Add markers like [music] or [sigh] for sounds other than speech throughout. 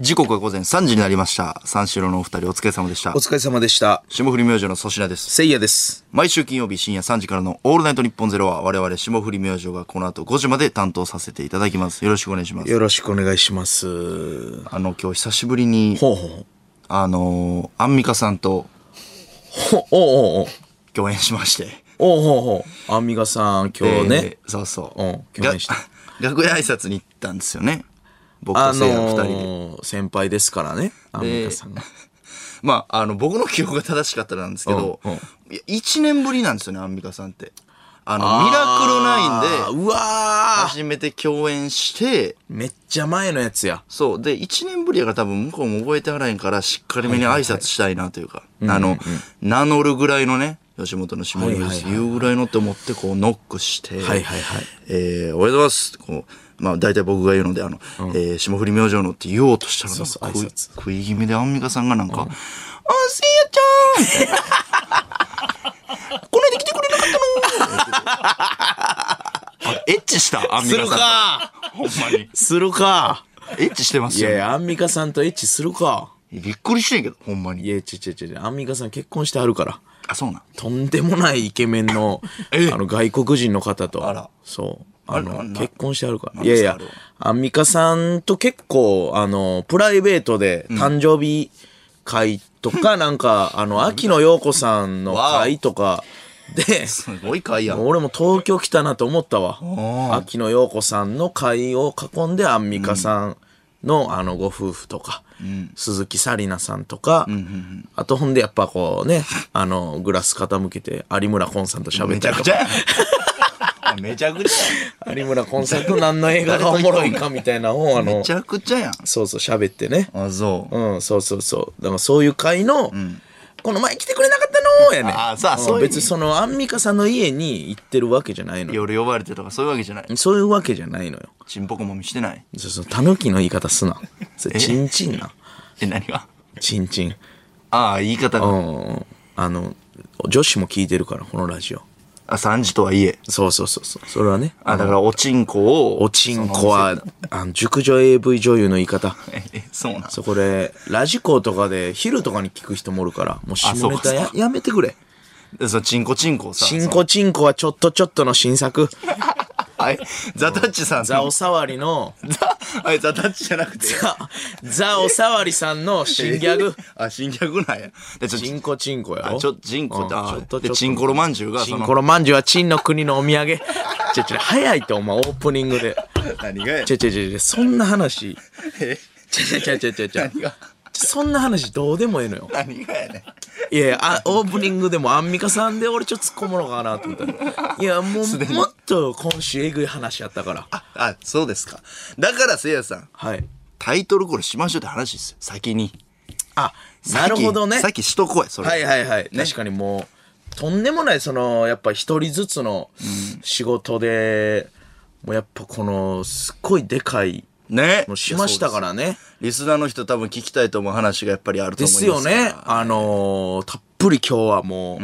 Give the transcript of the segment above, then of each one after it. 時刻は午前3時になりました。三四郎のお二人お疲れ様でしたお。疲れ様でした。霜降り明星の粗品です。せいやです。毎週金曜日深夜3時からのオールナイトニッポンゼロは我々霜降り明星がこの後5時まで担当させていただきます。よろしくお願いします。よろしくお願いします。あの、今日久しぶりに、ほうほう。あのーアンミカさんとほおうおう共演しまして。おう。おうほうほう。アンミカさん、今日ね。えーそうそう。うん共演したが [laughs] 楽屋挨拶に行ったんですよね。僕あとせいや二人ので。ー、先輩ですからね。アンミカさんが。まあ、あの、僕の記憶が正しかったらなんですけどうんうん、いや1年ぶりなんですよね、アンミカさんって。あの、ミラクルナインで、で。うわー初めて共演して、めっちゃ前のやつや。そう。で、1年ぶりやから多分向こうも覚えてはらへんから、しっかりめに挨拶したいなというか、あの、名乗るぐらいのね、吉本の下りはいではいす。はい言うぐらいのって思って、こう、ノックして、はいはいはいえー、おはようございます。こう、まあ、大体僕が言うので、あの、えー霜降り明星のって言おうとしたら、なんうそうか食い挨拶食い気味でアンミカさんがなんか、あ、せいやちゃんこの間来てくれなかったの [laughs] あエッチしたアンミすカるさかん。ほんまに。するかエッチしてますいよやいね。や、アンミカさんとエッチするかびっくりしてんけど、ほんまいに。や、ちょちょちょ、アンミカさん結婚してはるから。あ、そうなん。とんでもないイケメンの [laughs] えあの外国人の方とあらそうああらのな結婚してあるからなんいやですいかやアンミカさんと結構あのプライベートで誕生日会とか、なんか [laughs] あの秋野陽子さんのわお会とか [laughs] ですごい会やん。俺も東京来たなと思ったおーわ秋野陽子さんの会を囲んでアンミカさんの,、あのご夫婦とか、鈴木紗理奈さんとか、あとほんでやっぱこうねあのグラス傾けて有村昆さんと喋めっちたゃりくとちかゃやん。めちゃくちゃ有村昆さんと何の映画がおもろいかみたいなのをあや [laughs] ん。めのちゃくちゃやん。そうそう喋ってねあ、そう。うんそうそうそうだからそういう会の、この前来てくれなかったのやねんあさあんそういう別にそのアンミカさんの家に行ってるわけじゃないのよ夜呼ばれてとかそういうわけじゃない。そういうわけじゃないのよちんぽこもみしてない。そうそう、たぬきの言い方すな。それ、えちんちんな。え、何がちんちん。ああ、言い方うが。んうん。あの、女子も聞いてるから、このラジオ。あ、3時とはいえ。そうそうそう。そうそれはね。あ、だから、おちんこを。おちんこは、あの、熟女 AV 女優の言い方。その店。え、えそうなん。そこで、ラジコとかで、昼とかに聞く人もおるから、もう下そうネかタややめてくれ。でそのちんこちんこをさ。ちんこちんこはちょっとちょっとの新作。その。はい。ザタッチさん。ザおさわりの、ザ、はい、ザタッチじゃなくて。ザ、ザおさわりさんの新ギャグ。。あ、新ギャグなんや。で [laughs] ちょちんこちんこやあろちょちんこってうあちょっとでちょっとちんころまんじゅうがちそんのころまんじゅうはちんの国のお [laughs] 土産ちょちょ早いとお前オープニングで何がやちょちょちょちょそんな話えちょちょちょちょちょ何がそんな話どうでもええのよ何がやねんいやいやあオープニングでもアンミカさんで俺ちょっと突っ込むのかなと思ったらいやもうもっと今週えぐい話やったからあそうですかだからせいやさんはいタイトルコールしましょうって話ですよ先にあなるほどねさっきしとこうやそれはいはいはい、確かにもうとんでもないそのやっぱ一人ずつの仕事で、もうやっぱこのすっごいでかいねもうしましたらからねリスナーの人多分聞きたいと思う話がやっぱりあるとで思いますすかよらねあのーたっぷり今日はも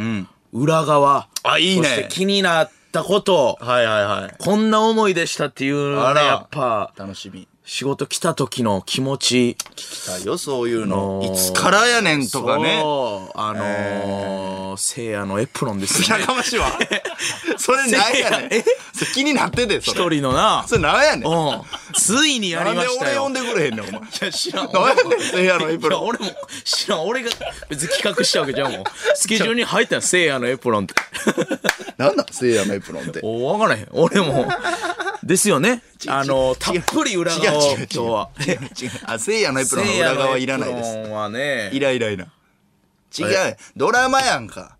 う、裏側あいいねそして気になったことはいはいはいこんな思いでしたっていうあらのねやっぱ楽しみ仕事来た時の気持ち来たよそういうのあのいつーからやねんとかねそうあのーせいやのエプロンですやよねかましいわ [laughs] それなんやねんせやえそれ気になっててそ [laughs] 一れ人の [laughs] なそれなんやねんうんついにやりましたよ。なんで俺呼んでくれへんねん、お前。いや知らん。なんやねん、せいやのエプいロや俺も知らん。俺が別に企画したわけじゃんもん。スケジュールに入ったのせいやのエプロンって。ン。なんだ、せいやのエプロンって。お分からへん。俺 [laughs] も。ですよね。あの、たっぷり裏側を違う違う違う今日は。違う違う。あ、せいやのエプロンのせ裏や側のいらないでエす。プロンはねイ、ライライな。違う、ドラマやんか。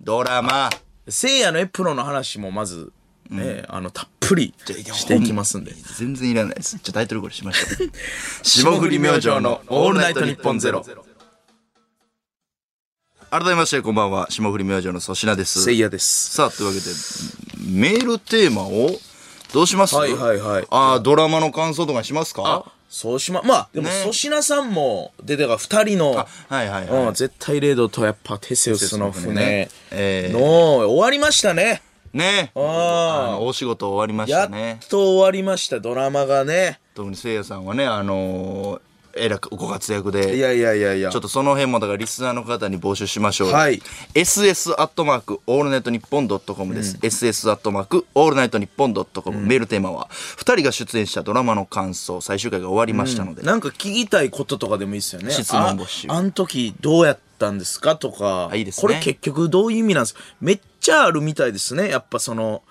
ドラマ。せいやのエプロンの話もまず、ね、あの、たっぷりしていきますんで。全然いらないです。じゃあタイトルコールしまし [laughs] ょう。霜降り明星のオールナイトニッポンゼロ。改めまして、こんばんは。霜降り明星の粗品ですせ。いやです。さあ、というわけで、メールテーマを、どうしますはいはいはいあードラマの感想とかしますかそうしま、まあ、でもね粗品さんも出てが二人の、はいはいはい。うん、絶対レードとやっぱテセウスの船えの終わりましたね。ねあのお仕事終わりましやたっねと終わりました、ドラマがね。特にせいやさんはねあのーえらくご活躍で。いやいやいやいやちょっとその辺もだからリスナーの方に募集しましょう。はい。 ss アットマークオールナイトニッポンドットコムです。ss アットマークオールナイトニッポンドットコム。メールテーマは、二人が出演したドラマの感想、最終回が終わりましたので。なんか聞きたいこととかでもいいですよね。質問募集ああの時どうやったんですかとか。あいいですねこれ結局どういう意味なんですかめっちゃあるみたいですね。やっぱその、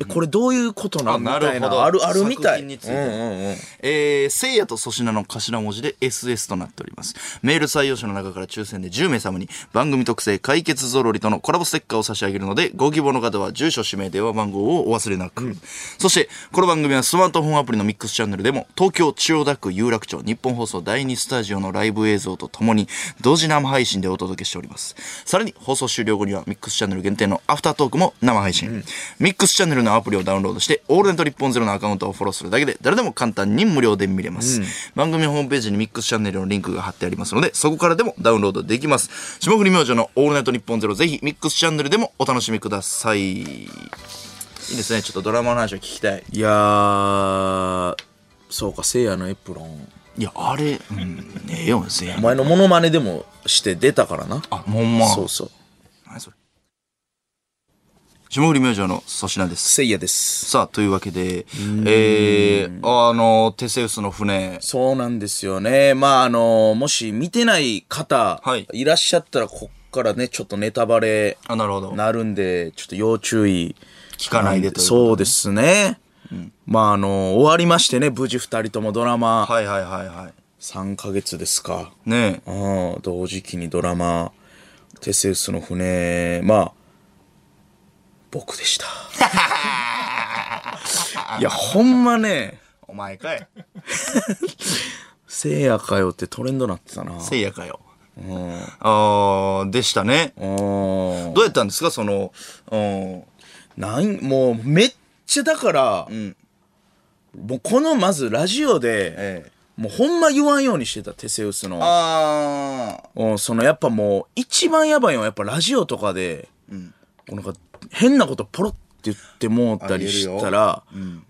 えこれどういうことなんみあなるたほいどな。ある、あるみた作い。品についてうんうんうん。えー、せいやと粗品の頭文字で SS となっております。メール採用者の中から抽選で10名様に番組特製解決ぞろりとのコラボステッカーを差し上げるので、ご希望の方は住所、氏名、電話番号をお忘れなく。そして、この番組はスマートフォンアプリのミックスチャンネルでも、東京、千代田区、有楽町、日本放送第2スタジオのライブ映像とともに、同時生配信でお届けしております。さらに、放送終了後にはミックスチャンネル限定のアフタートークも生配信。ミックスチャンネルのアプリをダウンロードして、オールネット日本ゼロのアカウントをフォローするだけで、誰でも簡単に無料で見れます、番組ホームページにミックスチャンネルのリンクが貼ってありますので、そこからでもダウンロードできます。霜降り明星のオールネット日本ゼロ、ぜひミックスチャンネルでもお楽しみください。いいですね。ちょっとドラマの話を聞きたい。いやー、そうか、せいやのエプロン。いや、あれ、うん、ええよ、せやお。前のモノマネでもして出たからな。あ、ほんま。そうそう。何それ。霜降り明星の粗品です。せいやです。さあ、というわけで、えー、あの、テセウスの船、そうなんですよね。まあ、あの、もし見てない方、はいいらっしゃったら、こっからね、ちょっとネタバレあ、なるほど。なるんで、ちょっと要注意。聞かないでということそうですね。まあ、あの、終わりましてね、無事二人ともドラマ、はいはいはいは3ヶ月ですか。い。ねえ。うん、同時期にドラマ、テセウスの船、まあ、僕で [laughs] した。いや、ほんまね、お前かい。せいやかよってトレンドなってたな。せいやかよ。ああ、でしたね。うん。どうやったんですかその、うん。なん、もう、めっちゃだから、んもうこのまずラジオで、ええもうほんま言わんようにしてた、テセウスの。あうん、そのやっぱもう、一番やばいのはやっぱラジオとかで、こうなんか変なことポロって言ってもうたりしたら、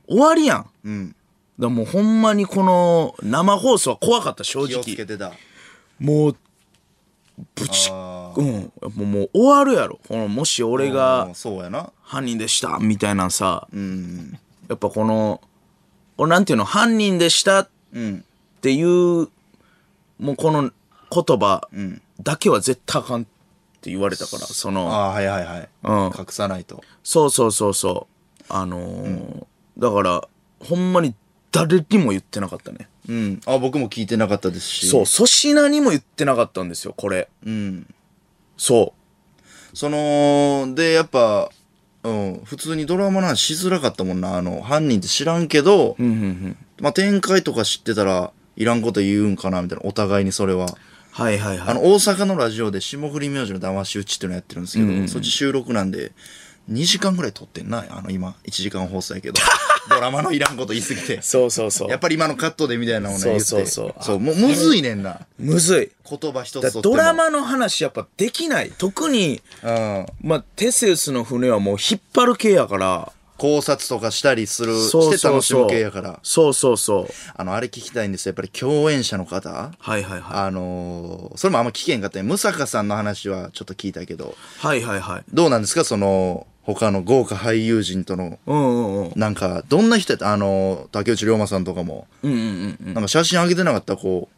終わりやん。あ、うん。だからもうほんまにこの生放送は怖かった、正気をつけ直。てた。もう、ぶち、あうん、もうもう終わるやろ。このもし俺あ。うがんそうやな。犯人でした、みたいなんさ、うん。やっぱこの、俺なんていうの、犯人でしたっうん。ていう、もうこの言葉だけは絶対あかんって言われたから、そあの、あ、はいはいはい。うん隠さないと。そうそうそうそう、あのーだから、ほんまに誰にも言ってなかったね。うん。あ僕も聞いてなかったですし。そう、粗品にも言ってなかったんですよ、これ。うん。そその、で、やっぱ、うん、普通にドラマなんしづらかったもんな。あの、犯人って知らんけど、う。うんうんうん。まあ、展開とか知ってたら、いらんこと言うんかな、みたいな。お互いにそれは。はいはいはあい。の、大阪のラジオで霜降り明星の騙し討ちっていうのやってるんですけど、そっち収録なんで、2時間ぐらい撮ってんな。あの、今、1時間放送や [laughs] けど。ドラマのいらんこと言いすぎて。そうそうそうやっ。ぱり今のカットでみたいなのをね、言って。そうそうそうそう、もう、むずいねんな。むずい。言葉一だつかとらっても。ドラマの話やっぱできない。特に、うん。まあ、テセウスの船はもう引っ張る系やから。考察とかしたりする、そうしてそう楽しそむう。系やから。そうそうそう。あの、あれ聞きたいんですよ。やっぱり共演者の方はいはいはあのーそれもあんま聞けんかったね。ムサカさんの話はちょっと聞いたけど。い。はいはいはい。どうなんですかその、他の豪華俳優陣との、うんうんうん。なんか、どんな人やったあの、竹内涼真さんとかも、うんうんうん。なんか写真上げてなかったこ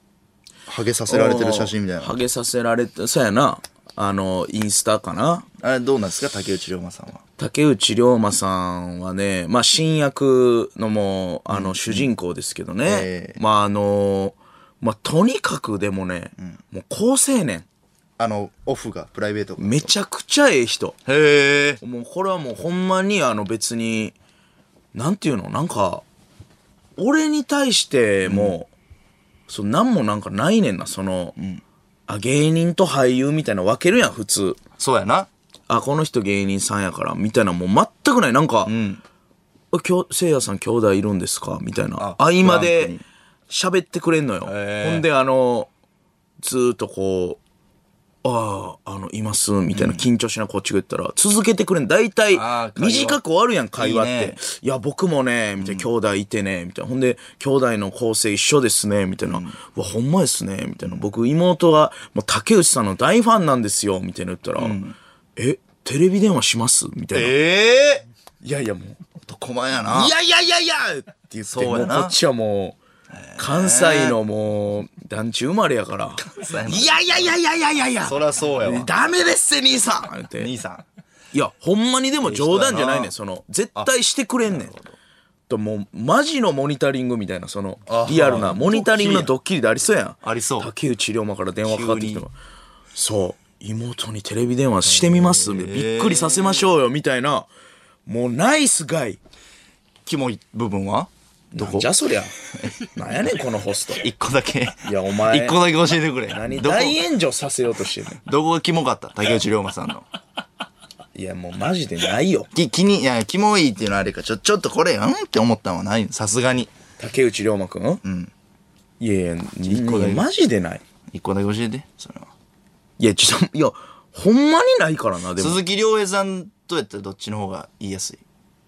う、ハゲさせられてる写真みたいハな。ゲさせられて、そうやな。あの、インスタかな。あれどうなんですか竹内涼真さんは。竹内涼真さんはね、まあ、新役のもう、あの、主人公ですけどね。ええまあ、あの、まあ、とにかくでもね、もう高青年。あの、オフが、プライベートが。めちゃくちゃええ人。へえ。もうこれはもうほんまにあの別に、なんていうのなんか、俺に対しても、そう、なんもなんかないねんな、その、あ、芸人と俳優みたいな分けるやん、普通。そうやな。あ、この人芸人さんやから、みたいなもう全くない。なんか、んあ今日、せいやさん兄弟いるんですかみたいな。合フラ間ンクでに喋ってくれんのよ。へーほんで、あの、ずーっとこう、ああ、あの、います、みたいな緊張しなこっちが言ったら、続けてくれん。大体あー、会話短く終わるやん、会話って。いいいねや、僕もね、みたいな、兄弟いてね、みたいな。ほんで、兄弟の構成一緒ですね、みたいな。うわ、ほんまですね、みたいな。僕、妹が、もう、竹内さんの大ファンなんですよ、みたいな言ったら、え、テレビ電話しますみたいな。ええいやいや、もう。男前やないやいやいやいやって言って、そうもやうこなっちはもう、関西のもう、団地生まれやから。いやいやいやいやいやいやいやそりゃそうやわダメですって兄さんって。兄さいや、ほんまにでも冗談じゃないい人やいね。なんその、絶対してくれんねん。ともう、マジのモニタリングみたいな、そのあ、リアルな、モニタリングのドッキリでありそうやん。ありそう竹内涼真から電話かかってきても。そう、妹にテレビ電話してみますみたいなびっくりさせましょうよ、みたいな。もう、ナイスガイ。んキモい部分はどこじゃあ [laughs] そりゃ。なんやねん、このホスト。一個だけいやお前一個だけ教えてくれ何どこ大炎上させようとしてるのどこがキモかった竹内涼真さんのいや、もうマジでないよ。き気にいやキモいっていうのはあれかちょちょっとこれうんって思ったのはないさすがに竹内涼真くんうん。いやいや、個だけマジでない。一個だけ教えてそれはいや、ちょっ [laughs] と、いや、ほんまにないからな、でも。鈴木亮平さんとやったらどっちの方が言いやすい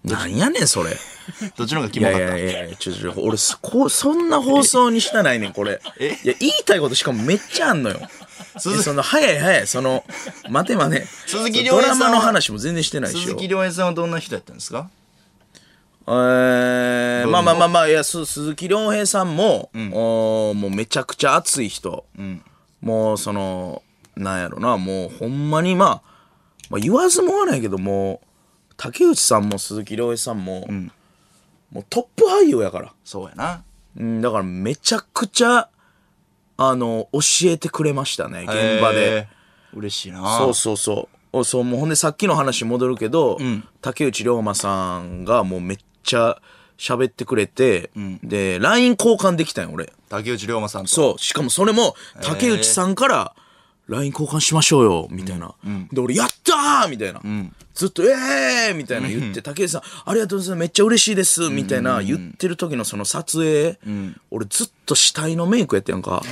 なんやねん、それ。どっちの方がキいモやかったいやいやいや、ちょちょ、 [laughs] 俺、そこう、そんな放送にしたないねん、これ。いや、言いたいことしかもめっちゃあんのよ。えその、早い早い、その、待て待て。鈴木ド亮平さんラはマの話も全然してないし鈴よ。木亮平さんはどんな人やったんですかえー、まあまあまあまあ、いや、す鈴木亮平さんも、おーもうめちゃくちゃ熱い人。もう、その、なんやろな、もうほんまに、まあ、まあ、言わずもがないけど、もう、竹内さんも鈴木亮平さんも、もうトップ俳優やから。そうやなうん、だからめちゃくちゃ、あの、教えてくれましたね、現場で。えー嬉しいなそうそうそう。おそう、もうほんでさっきの話戻るけど、竹内涼真さんがもうめっちゃ喋ってくれて、で、LINE 交換できたんよ、俺。竹内涼真さんとそう。しかもそれも、竹内さんから、LINE 交換しましょうよ、みたいな。で、俺、やったーみたいな。ずっと、えーみたいな言って、竹内さん、ありがとうございます、めっちゃ嬉しいです、みたいな言ってる時のその撮影、俺ずっと死体のメイクやってやん [laughs] か。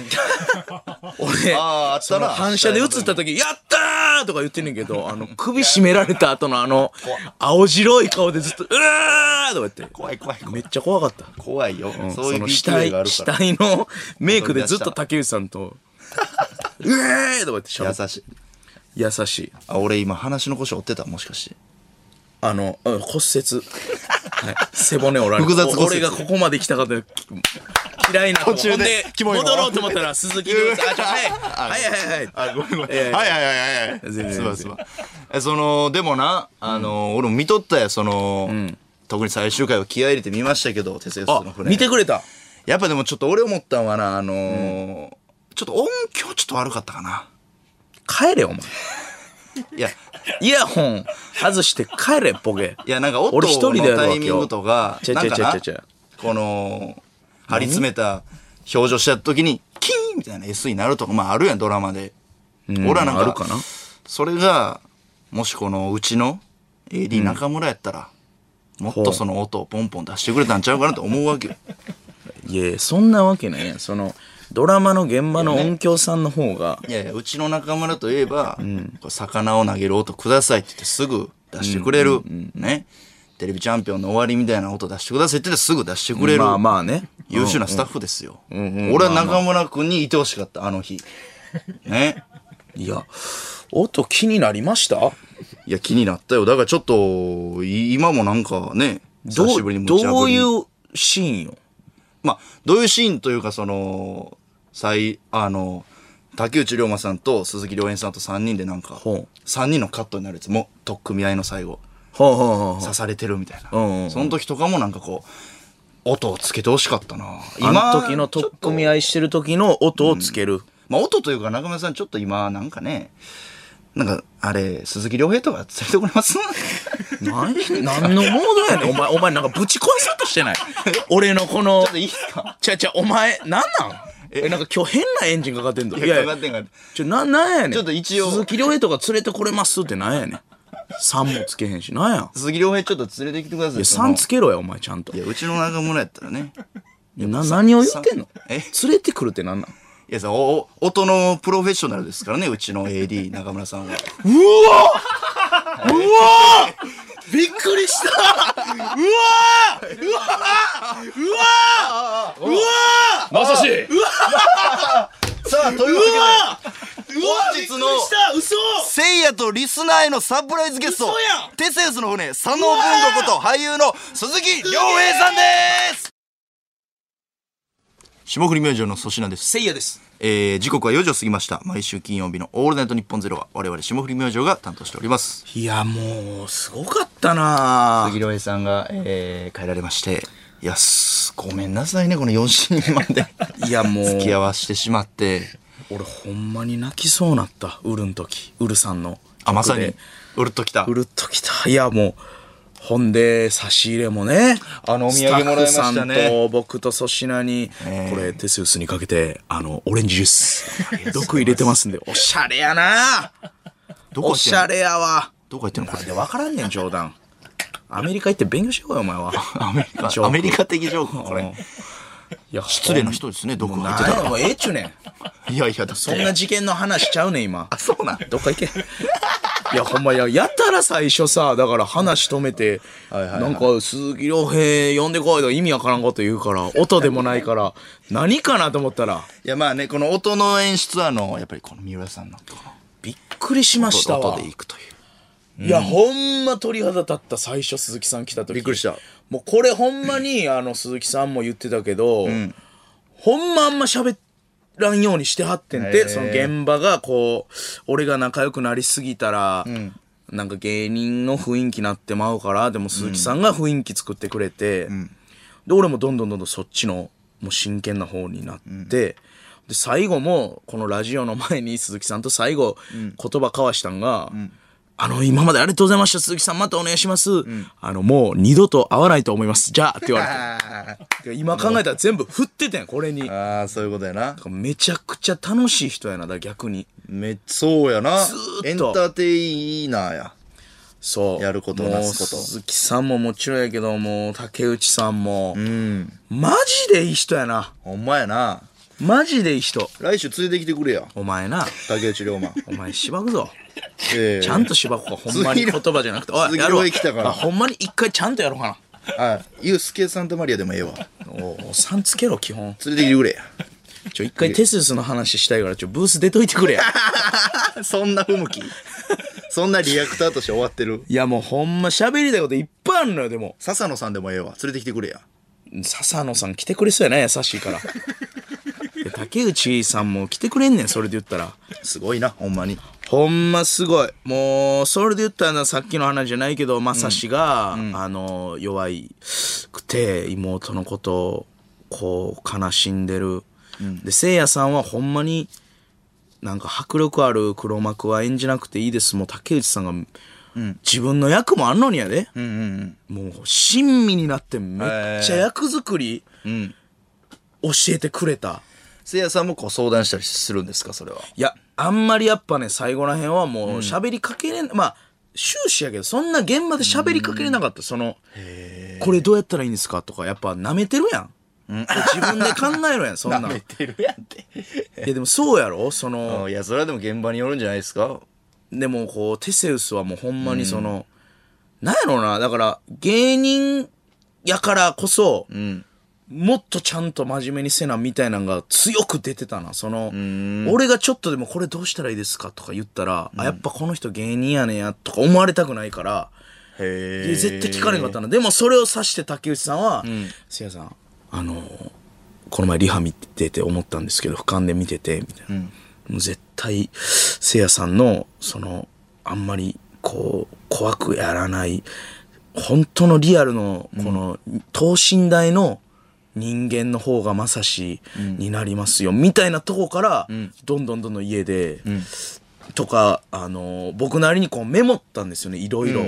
俺あーあったな、その反射で映った時、やったーとか言ってんねんけど、あの、首絞められた後のあの、青白い顔でずっと、うわーとか言って。怖い怖い怖めいっちゃ怖かった。怖いよ、そういそうの BQA 死体があ、る死から体のメイクでずっと竹内さんと、うえーとか言って喋って、優しい優しい。あ俺今話の腰折ってたもしかしてあの、うん骨折。はい、背骨折られ複雑骨折俺がここまで来たかった嫌いなとこ途中でほんでキモいの戻ろうと思ったら鈴木亮さんあちょはいはいはいはいあ、ごめんごめん。いやいやはいはいはいはい。全然すまんすまん。え、その、でもな、あの、俺も見とったよ、その、特に最終回は気合い入れて見ましたけど、鉄あの船。見てくれたやっぱでもちょっと俺思ったんはな、あのーちょっと音響ちょっと悪かったかな。帰れお前いや、イヤホン外して帰れボケ [laughs] いやなんか音俺一人のでやるわタイミングとか、今な日ん違うかな違う違う違う違うこの、張り詰めた表情した時に、キーンみたいな S になるとか、まああるやん、ドラマで。俺はなんか、あるかなそれが、もしこのうちの AD 中村やったら、もっとその音をポンポン出してくれたんちゃうかなと思うわけよ。いやそんなわけないやんそのドラマの現場の音響さんの方がいやいや、うちの中村といえば、こう魚を投げる音くださいって言ってすぐ出してくれる。ね。テレビチャンピオンの終わりみたいな音出してくださいって言ってすぐ出してくれる。まあまあね優秀なスタッフですよ。俺は中村くんにいてほしかった、あの日。ね。いや音気になりましたいや、気になったよ。だからちょっと、い今もなんかね、ど久しぶりうに持ちど破うりにいうシーンよまあ、どういうシーンというか、その、最、あの、竹内涼真さんと鈴木亮平さんと3人でなんか、ほう3人のカットになるやつも、とっ組み合いの最後、ほうほうほうほう刺されてるみたいな。うんうんうんその時とかもなんかこう、音をつけてほしかったな。あの時の取っ組み合いしてる時の音をつける。まあ、音というか中村さんちょっと今、なんかね、なんか、あれ、鈴木亮平とか連れてこれます [laughs] 何何のモードやねん。お前、お前なんかぶち壊そうと [laughs] してない。俺のこのちょっ、といいですかちゃちゃ、お前、なんなんえ、なんか今日変なエンジンかかってんぞ。いやいかかっや、てんかちょ、な、なんやねん。ちょっと一応鈴木亮平とか連れてこれますってなんやねん。3もつけへんし、なん [laughs] や。鈴木亮平ちょっと連れてきてください。その3つけろや、お前、ちゃんとい。や、うちの中村やったらね。な、何を言ってんのえ連れてくるってなんなんいやさ、お、お音のプロフェッショナルですからね、うちの AD、中村さんは。うわーびっくりした [laughs] うわーうわーうわーうわまさし [laughs] さあ、というわーうわーびっくりした嘘けで、せいやとリスナーへのサプライズゲスト嘘や、んテセウスの船、佐野文吾こと俳優の鈴木亮平さんです霜降り明星の粗品です。せいやです。えー、時刻は4時を過ぎました。毎週金曜日のオールナイトニッポンゼロは我々霜降り明星が担当しております。いや、もう、すごかったな杉良平さんが、えー、帰られまして、いや、すごめんなさいね、この4時にま [laughs] でいや、もう、付き合わしてしまって。俺ほんまに泣きそうなった。ウルん時。ウルさんの。あ、まさに。、ウルっときたう。るっときた。いや、もう、ほんで、差し入れもね。あのお土産もらいましたねスタッフさんと僕と粗品に、ええこれ、テセウスにかけて、あの、オレンジジュース、毒入れてますんで、おしゃれやなどこ行おってしんゃのれやわ。どこ行ってんのこで、わからんねん、冗談。アメリカ行って勉強しようよ、お前は。れ。 [laughs] アメリジョーカ、クアメリカ的ジョーク、これ。いや、失礼な人ですね、どこもう行っなてたんやもうええっちゅうねん。ら。いやいや、だってそんな事件の話しちゃうねん、今。あ、そうなんどっか行け。いや、ほんまや、やたら最初さ、だから話止めて、いはいはいなんか、鈴木亮平呼んでこいとか意味わからんこと言うから、音でもないから、何かなと思ったら、いや、まあね、この音の演出は、あの、やっぱりこの三浦さんの、この、びっくりしました音わで。いくという。いや、ほんま鳥肌立った、最初鈴木さん来た時。びっくりした。もうこれほんまに、あの、鈴木さんも言ってたけど、ほんまあんま喋らんようにしてはってんへて、ーその現場がこう、俺が仲良くなりすぎたら、なんか芸人の雰囲気なってまうから、でも鈴木さんが雰囲気作ってくれて、で、俺もどんどんどんどんそっちの、もう真剣な方になって、で、最後も、このラジオの前に鈴木さんと最後、言葉交わしたんが、あの、今までありがとうございました。鈴木さん、またお願いします。あの、もう二度と会わないと思います。じゃあって言われて。いや [laughs] 今考えたら全部振ってたやんこれにああ、そういうことやな。めちゃくちゃ楽しい人やなだから逆にめそうやなーっとエンターテイナーやそうやることもうなすこと鈴木さんももちろんやけどもう竹内さんもマジでいい人やなほんまやなマジでいい人来週連れてきてくれやお前な竹内涼真 [laughs] お前しばくぞええちゃんとしばくかほんまに鈴木言亮葉じゃなくておい鈴木やろ亮う平来たからあほんまに一回ちゃんとやろうかあユースケ・サンタマリアでもええわなおおさんつけろ基本連れてきてくれちょ一回テセウスの話したいからちょブース出といてくれや [laughs] やそんな不向きそんなリアクターとして終わってるいやもうほんま喋りたいこといっぱいあるのよでも笹野さんでもええわ連れてきてくれや笹野さん来てくれそうやな優し [laughs] いからで竹内さんも来てくれんねんそれで言ったらすごいなほんまにほんますごいもうそれで言ったらさっきの話じゃないけどまさしが、あの弱いくて妹のことをこう悲しんでる、でせいやさんはほんまになんか迫力ある黒幕は演じなくていいですもう竹内さんが、自分の役もあんのにやで、うんうんもう親身になってめっちゃ役作りん教えてくれた、せいやさんもこう相談したりするんですかそれはいやあんまりやっぱね最後らへんはもう喋りかけれん、まあ終始やけどそんな現場で喋りかけれなかったそのこれどうやったらいいんですかとかやっぱ舐めてるやん、自分で考えろやんそん [laughs] なんいてるやんってやでもそうやろその、いやそれはでも現場によるんじゃないですかでもこうテセウスはもうほんまにその、なんやろうなだから芸人やからこそ、もっとちゃんと真面目にせなみたいなのが強く出てたなその俺がちょっとでもこれどうしたらいいですかとか言ったら、あやっぱこの人芸人やねんやとか思われたくないから、へいや絶対聞かれなかったなでもそれを指して竹内さんは「せ、いやさんあのーこの前リハ見てて思ったんですけど俯瞰で見てて」みたいな、もう絶対せいやさんのそのあんまりこう怖くやらない本当のリアルのこの等身大の人間の方がまさしになりますよ、みたいなとこから、どんどんどんどん家で、とか、あのー僕なりにこうメモったんですよねいろいろ、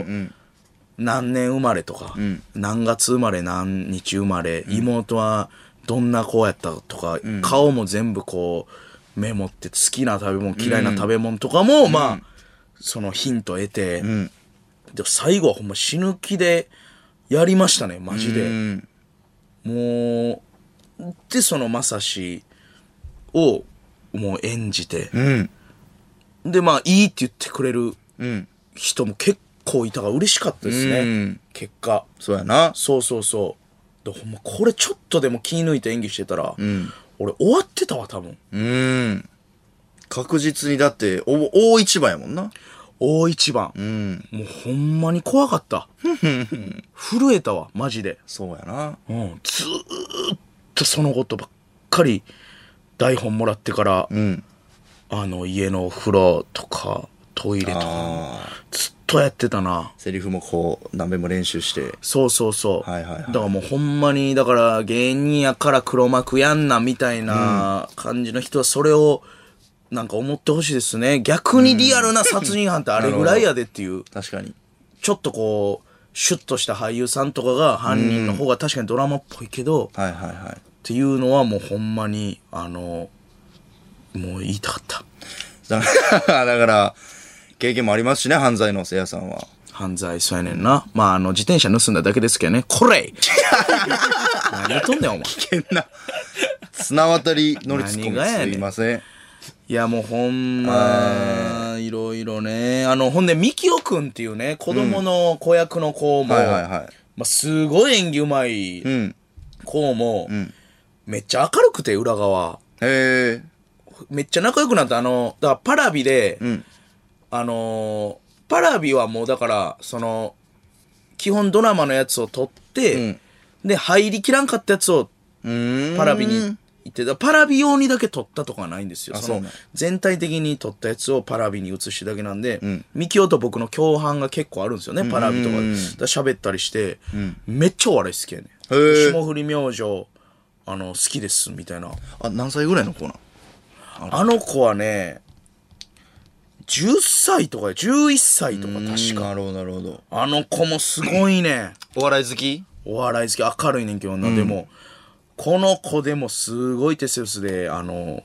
何年生まれとか、何月生まれ何日生まれ、妹はどんな子やったとか、顔も全部こうメモって好きな食べ物嫌いな食べ物とかも、まあそのヒント得て、でも最後はほんま死ぬ気でやりましたねマジで。もうでそのまさしをもう演じて、うん。で、まあ、いいって言ってくれるうん。人も結構いたから嬉しかったですね。うん結果。そうやな。そうそうそう。で、ほんま、これちょっとでも気抜いて演技してたら、俺終わってたわ、多分。うん。確実にだって、お、大一番やもんな。大一番。うん。もうほんまに怖 [laughs] かった。震えたわ、マジで。そうやな。うん、ずーっとそのことばっかり台本もらってから、うん。あの家のお風呂とかトイレとかああ。ずっとやってたなセリフもこう、何べも練習して。そうそうそう、はいはいはいだからもうほんまにだから芸人やから黒幕やんなみたいな感じの人はそれをなんか思ってほしいですね逆にリアルな殺人犯ってあれぐらいやでっていう確かに。ちょっとこうシュッとした俳優さんとかが犯人の方が確かにドラマっぽいけど、はいはいはい。っていうのはもうほんまにあのもう言いたかっただから、 [laughs] だから経験もありますしね、犯罪のせいやさんは。犯罪そうやねんなまああの自転車盗んだだけですけどねこ [laughs] れい何言っとんねんお前危険な。綱渡り乗り突っ込何がやねみんすいません。いやもうほんまいろいろねあのほんでみきおくんっていうね子供の子役の子も、はいはいはい。まあ、すごい演技うまいうん。子も、めっちゃ明るくて裏側へえ。めっちゃ仲良くなったあのだからパラビで、んあのーパラビはもうだからその基本ドラマのやつを撮って、で入りきらんかったやつをうーん。パラビに行ってだからパラビ用にだけ撮ったとかはないんですよあそそうのなん全体的に撮ったやつをパラビに移してるだけなんで、ミキオと僕の共犯が結構あるんですよねパラビとかでだから喋ったりして、めっちゃお笑い好きやねへえ霜降り明星あの好きですみたいなあ、何歳ぐらいの子なんあの子はね、10歳とか11歳とか確か。なるほど、なるほど。あの子もすごいね。お笑い好きお笑い好き、明るいねんけどな、でも、この子でもすごいテセウスで、あの、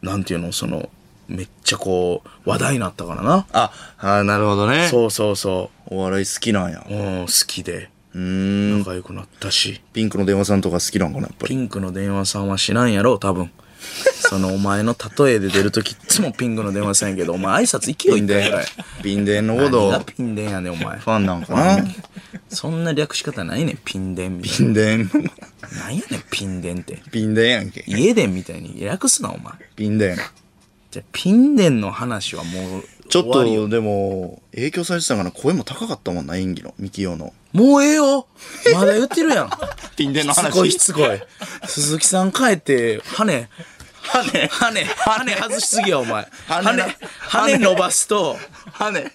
なんていうの、その、めっちゃこう、話題になったからな。あ、あなるほどね。そうそうそお笑い好きなんやう。。うん、好きで、うーん。仲良くなったし。ピンクの電話さんとか好きなんかな、やっぱり。ピンクの電話さんは知らんやろ、多分。 [laughs] そのお前の例えで出るときいつもピンクの電話さんやけど、お前挨拶勢いいんだよ、これ。ピンデンのこと、何がフピンデンやねんお前ァンなんかな。そんな略し方ないねんピンデンみたいピンデン、 [laughs] ななんやねんピンデンってピンデンやんけ。家電みたいに略すなお前ピンデン。じゃあピンデンの話はもうちょっ終わりよと、でも、影響されてたんかな、声も高かったもんな、演技の、ミキヨの。もうええよまだ言ってる [laughs] やんピンデンのしつこいしつこい鈴木さん帰って羽羽羽羽外しすぎやお前羽羽羽伸ばすと羽。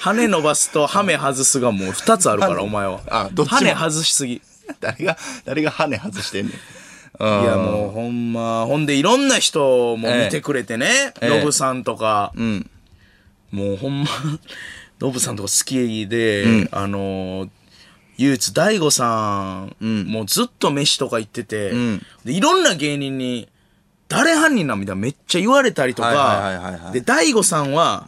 羽伸ばすと羽目外すがもう2つあるからお前はあどっちも羽外しすぎ誰が、誰が羽外してんねん。いやもうほんま、ほんでいろんな人も見てくれてね、ええノブさんとか、んもうほんま、 [laughs] ノブさんとか好きで、あのー唯一大悟さん、もうずっと飯とか行ってて、んでいろんな芸人に誰犯人なんみたいなめっちゃ言われたりとはいはいはいはいはかいで大悟さんは、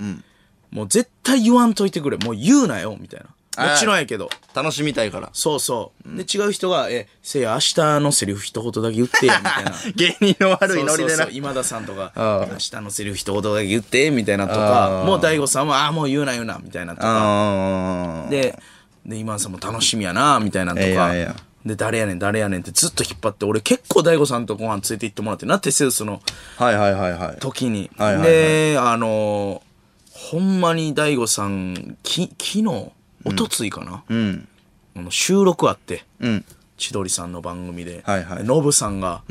もう絶対言わんといてくれもう言うなよみたいなもちろんやけど楽しみたいから。そうそう。で、違う人が、え、せいや、明日のセリフ一言だけ言ってや、みた [laughs] いな。芸人の悪いノリそうそでうそなう。今田さんとかああ明日のセリフ一言だけ言ってみたいなとかもう大悟さんはああもう言うな言うなみたいなとかあーでで今田さんも楽しみやなみたいなとかいやいやで誰やねん誰やねんってずっと引っ張って俺結構大悟さんとご飯連れて行ってもらってなテセウスのはいはいはいはい。時に、はいはいはいであのほんまに大悟さんき昨日一昨日かな、うん。あの収録あってうん。千鳥さんの番組で、はいはいノブさんが、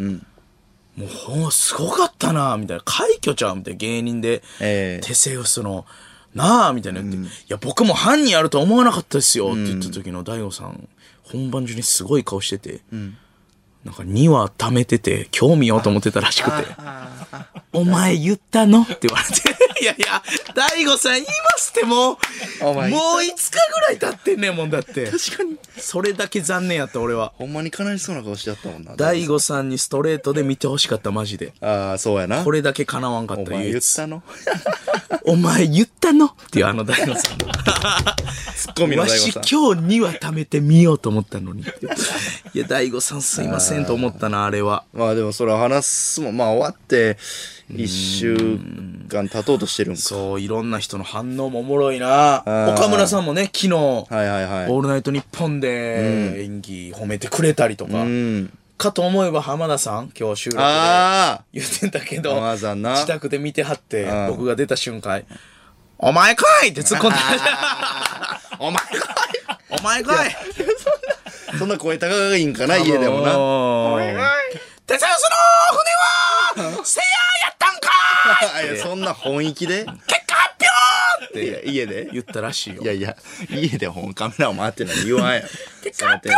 もうほんすごかったなみたいな、快挙ちゃうみたいな芸人で、ええテセウスの、なあみたいな言って、いや、僕も犯人やるとは思わなかったですよって言った時の大悟さん、本番中にすごい顔してて、なんか2話溜めてて、興味ようと思ってたらしくて、お前言ったのって言われて、い [laughs] やいや、大悟さん言いますってもう、おもう前5日ぐらい経ってんねんもんだって。確かに。それだけ残念やった俺は。ほんまにかなりそうな顔してあったもんな。大悟さんにストレートで見てほしかったマジでああ、そうやな。これだけ叶わんかっおた前唯言っ一たのお前言ったのっていうあの大悟さん [laughs] ツッコミのわ大悟しさん。今日には貯めてみようと思ったのにって。いや、大悟さんすいませんと思ったな、あれは。まあでもそれは話すもん、まあ終わって、一週間経とうとしてるんか。そう、いろんな人の反応もおもろいな。岡村さんもね、昨日、はいはいはい。オールナイトニッポンで演技褒めてくれたりとか、うん。かと思えば浜田さん、今日収録でああ言ってたけど、浜田さんな自宅で見てはってう、ん僕が出た瞬間、お前かいって突っ込んでお前かお前かいいそんな声高いんかな、家でもな。あお前かいテセウスの船は、せややったんかいいやそんな本意気で結果発表っていや家で言ったらしいよい。やいや、家で本カメラを回ってない言わんやろ。そのテンシ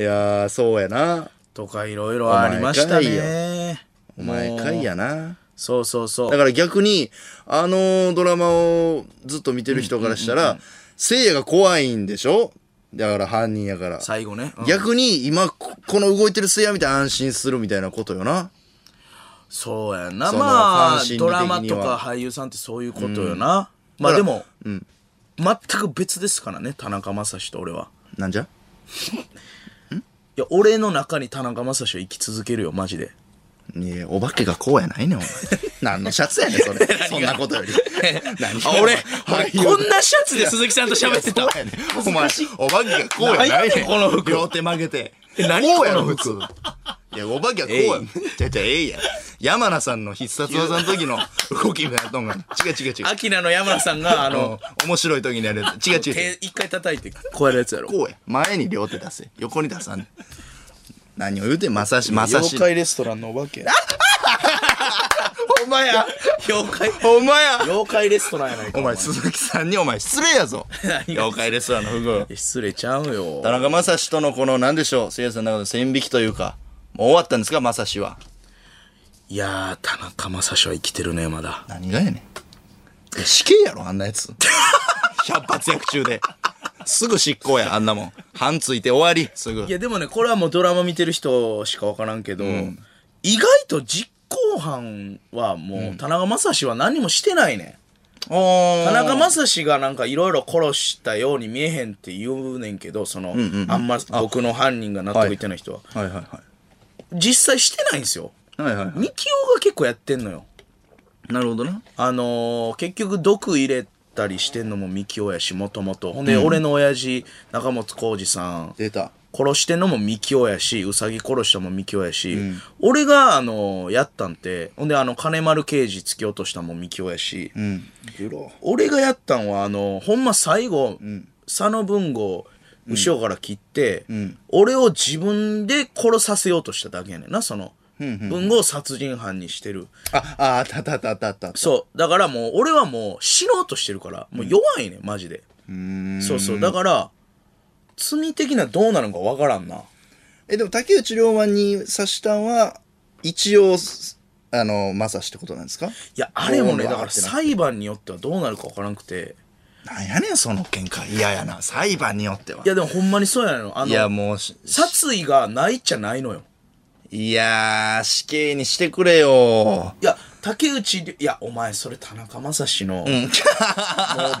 ョンいやー、そうやな。とかいろいろありましたね。お前かいやな。そうそうそうだ。から逆に、あのードラマをずっと見てる人からしたら、せいやが怖いんでしょだから犯人やから。最後ね。うん逆に今、ここの動いてるせいやみたいな安心するみたいなことよな。そうやんな。そのまファあン心理、的にドはラマとか俳優さんってそういうことよな。まあだでからも、全く別ですからね、田中将司と俺は。なんじゃいや、俺の中に田中将司は生き続けるよ、マジで。ねえ、お化けがこうやないねん、お [laughs] 前。何のシャツやねん、それ。そんなことより。 [laughs] 何あ、俺、はい俺こんなシャツで鈴木さんと喋ってた。お前、お化けがこうやない何やねねんん。この服両手曲げて。え何こうやろ、この普通。いや、お化けはこうやん。じゃじゃ、ええやん。山名さんの必殺技の時の動きみたいなとんがな。違う違う違う。アキナの山田さんが、ああのの、、面白い時にやるやつ。違う違う違う。手一回叩いて、こうやるやつやろ。こうや。前に両手出せ。横に出さんねん。何を言うてん、まさし、まさし妖。怪レストランのお化け。お前や。妖怪、お前や。妖怪レストランやないか。お前、鈴木さんにお前失礼やぞ。何が妖怪レストランの服。失礼ちゃうよ。田中正史とのこの、なんでしょう、せいやさんの中で線引きというか、もう終わったんですか、正史は。いやー、田中将司は生きてるね、まだ。何がやねん。え死刑やろ、あんなやつ。 [laughs] 百発百中で。すぐ執行や、あんなもん。半ついて終わり、すぐい。や、でもね、これはもうドラマ見てる人しかわからんけど、意外と実行犯はもう、田中将司は何もしてないね。田田中将司がなんかいろいろ殺したように見えへんって言うねんけど、その、あんま僕の犯人が納得いってない人は。はいはいは実際してないんですよ。い。はいはいはミキオが結構やってんのよ。い。なるほどな。あのー結局毒入れたりしてんのもミキオやし、もともと。ほんで、俺の親父、中本浩二さん、出た。殺してんのもミキオやし、ウサギ殺したのもミキオやし、俺が、あのーやったんて、ほんで、あの、金丸刑事突き落としたのもミキオやし、うん。グロ。俺がやったんはあのほんま最後、佐野文豪後ろから切って、俺を自分で殺させようとしただけやねんなその、文豪を殺人犯にしてるあ、あ、あったあったあったあったあった。そうだからもう俺はもう死のうとしてるからもう弱いねんマジでそうそうだから罪的などうなるのかわからんなえ、でも竹内涼真に刺したんは、一応、あの、正史ってことなんですかいやあれもどうねなだるから裁判によってはどうなるかわからんくてなんやねん、その見解。嫌やな。裁判によっては。いやでもほんまにそうやのあいや、のもうし、殺意がないっちゃないのよいやー、死刑にしてくれよ。いや、竹内涼、いや、お前、それ田中将司の、もう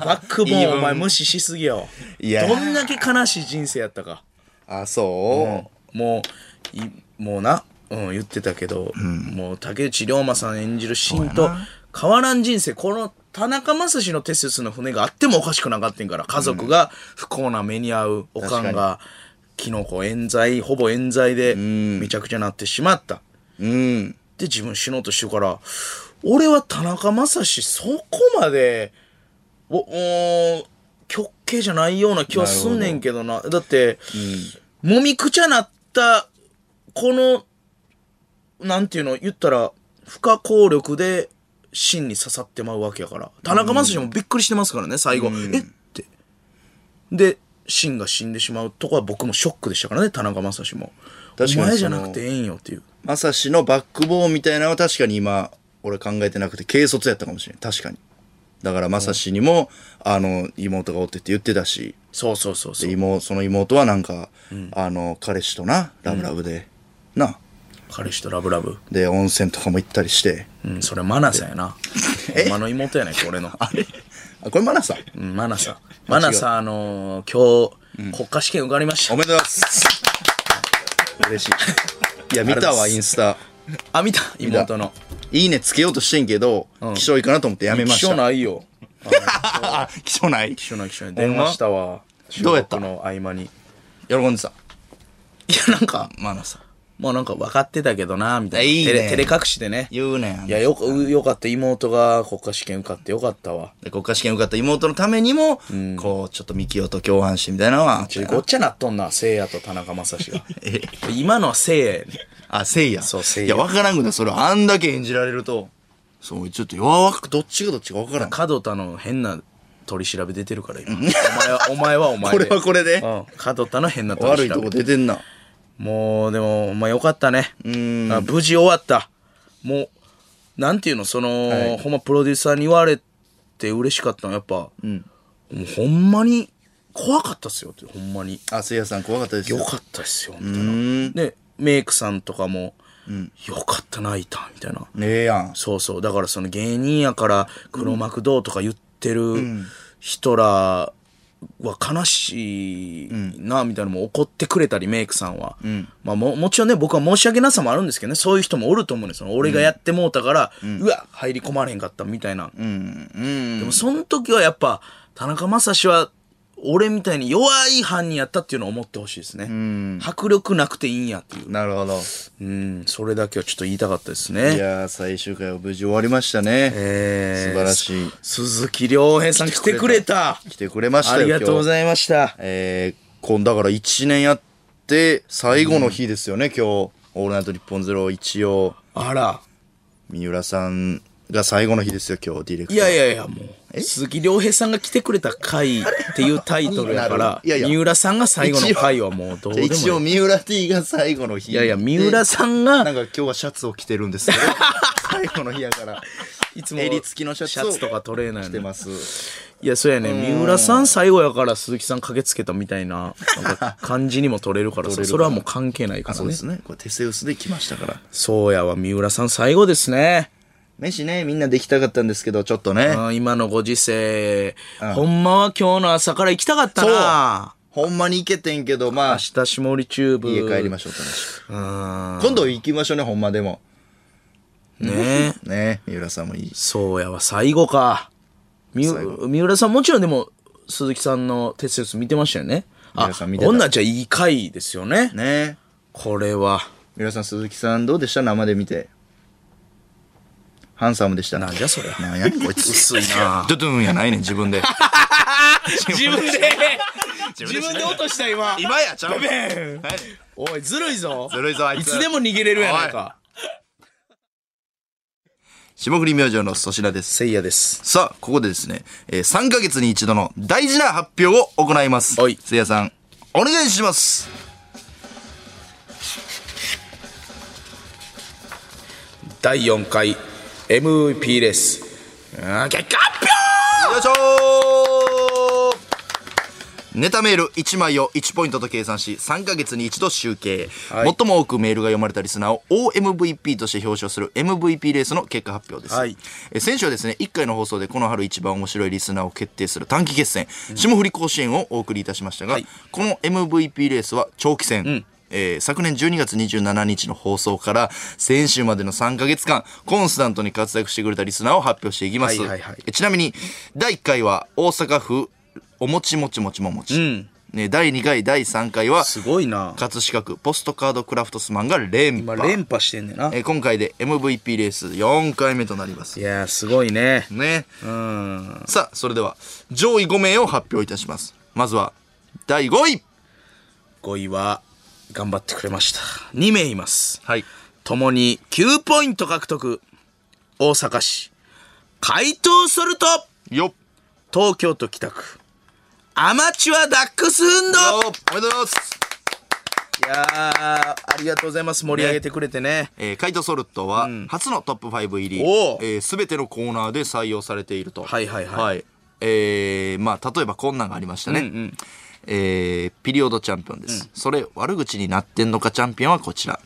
バックボ [laughs] 言いーン、分お前無視しすぎやわ。いやどんだけ悲しい人生やったか。あ、そもう、いもうな、うん、言ってたけど、もう竹内涼真さん演じるシーンと変わらん人生、この田中将司のテセウスの船があってもおかしくなかったんから、家族が不幸な目に遭う、おかんが、キノコ冤罪、ほぼ冤罪で、めちゃくちゃなってしまった。う。うん。で自分死のうとしてるから俺は田中将司そこまでおお極刑じゃないような気はすんねんけどなだって、もみくちゃなったこのなんていうの言ったら不可抗力で芯に刺さってまうわけやから田中将司もびっくりしてますからね最後、えってで芯が死んでしまうとこは僕もショックでしたからね田中将司も確かにお前じゃそなのくてええんよっていうまさしのバックボーンみたいなのは確かに今、俺考えてなくて、軽率やったかもしれん。確かに。だから、まさしにも、あの、妹がおってって言ってたし、そうそうそうそうで妹、その妹はなんか、あの、彼氏とな、ラブラブで、な。彼氏とラブラブ。で、温泉とかも行ったりして、 [laughs] うん、それマナさんやな。お前の妹やねん、俺の。あれあこれマナさん。うんマナさん。マナさん、あのー今日、国家試験受かりましおた。めでとうございます。嬉しい。いや、見たわ、インスタ。あ、見た妹の。いいねつけようとしてんけど、気象いかなと思ってやめました。気象ないよ。あ気象ない気象ない、気象ない。電話したわ。どうやった収録の合間に。い喜んでた。や、なんか、マナさん。もうなんか分かってたけどな、みたいな。いいね照れ照れ隠しでね。い言うねん。や、よか、よかった。妹が国家試験受かってよかったわ。で国家試験受かった妹のためにも、こう、ちょっとミキオと共犯してみたいなのは、ちょごっちゃなっとんな、せいやと田中将司が。 [laughs] え今のはせいややねあ、せいや。そうせいいやや、わからんくない。それ、あんだけ演じられると、そう、ちょっと弱く、どっちがどっちかわからん。こ角田の変な取り調べ出てるから今。お前は、お前はお前で。れはこれで、うん。角田の変な取悪いり調とべこ。出てんな。もう、でも、まあよかったね。んあ無事終わった。もう、なんていうの、その、ほんまプロデューサーに言われて嬉しかったのやっぱ、もうほんまに怖かったっすよって、ほんまに。あ、せいやさん怖かったですよよ。かったっすよ、みたいな。で、メイクさんとかも、よかったな、いた、みたいな。ねえやん。そうそう。だからその芸人やから黒幕どうとか言ってる人らは悲しいな、みたいなのも怒ってくれたり、メイクさんは。まあも、もちろんね、僕は申し訳なさもあるんですけどね、そういう人もおると思うんですよ。俺がやってもうたから、うわ、入り込まれへんかったみたいな。でもその時はやっぱ、田中将司は、俺みたいに弱い犯人やったっていうのを思ってほしいですね。迫力なくていいんやっていう。なるほど。うん、それだけはちょっと言いたかったですね。いやー、最終回は無事終わりましたね。えー素晴らしい。鈴木亮平さん来てくれた。来てくれましたあよ。りがとうごいます。ざいました。えー、こんだから1年やって、最後の日ですよね、今日。オールナイト日本ゼロ、一応、あら。三浦さんが最後の日ですよ、今日、ディレクター。いやいやいや、もう。鈴木亮平さんが来てくれた回っていうタイトルやかなるらほ、どいやいや三浦さんが最後の回はもうどうじでゃあも一応い三浦 T が最後の日い。いやいや、三浦さんなんが、か今日はシャツを着てるんですけ [laughs] ど最後の日やからいつも襟付きのシャツをとか取れない着ての。ますいや、そうやね。三浦さん最後やから鈴木さん駆けつけたみたいな、なんか感じにも取れるからさ、それはもう関係ないからそうでね。すねこれテセウスで来ましたからそうやわ、三浦さん最後ですね。飯ねみんなできたかったんですけどちょっとねうん今のご時世、ほんまは今日の朝から行きたかったな。ほんまに行けてんけどまあ明日下りチューブ。家帰りましょう楽しくうん。今度行きましょうねほんまでもねえ。ね三浦さんもいいそうやわ、最後か。み最後三浦さんもちろんでも、鈴木さんのテセウス見てましたよね。三あ、浦さん見てたこんなんじゃいい回ですよね。ねこれは。三浦さん鈴木さんどうでした生で見てハンサムでしたなんじゃそりゃなんやねんこいつ。薄いなドゥドゥンやないねん自分で自 [laughs] 分で、自分で落とした今。今やちゃうべおい、ずるいぞ。ずるいぞあいいつつでも逃げれるやないか。霜降り明星の粗品です。せいやです。さあ、ここでですね、えー、3ヶ月に一度の大事な発表を行います。はいせいやさん、お願いします。第4回 MVP レース。あー結果発表よいしょーネタメール1枚を1ポイントと計算し3ヶ月に一度集計、はい最も多くメールが読まれたリスナーを OMVP として表彰する MVP レースの結果発表です、はいえ先週はですね1回の放送でこの春一番面白いリスナーを決定する短期決戦、霜降り甲子園をお送りいたしましたが、はいこの MVP レースは長期戦、えー昨年12月27日の放送から先週までの3ヶ月間コンスタントに活躍してくれたリスナーを発表していきます、はいはいはいえちなみに第1回は大阪府おもちもちもちももち、ね、第2回第3回はすごいな。葛飾区ポストカードクラフトスマンが連今覇連覇してんねんな。え今回で MVP レース4回目となりますいやー、すごいね。ねうん。さあそれでは上位5名を発表いたしますまずは第5位5位は、頑張ってくれました。2名います。はいともに9ポイント獲得。大阪市、怪盗ソルト、よっ東京都北区、アマチュアダックス運動おめでとうございますいやー、ありがとうございます。盛り上げてくれてね。えー、カイトソルトは初のトップ5入り、おうえー、全てのコーナーで採用されているとはいはいはいえーまあ例えばこんなんがありましたね、えーピリオドチャンピオンです、それ悪口になってんのかチャンピオンはこちら、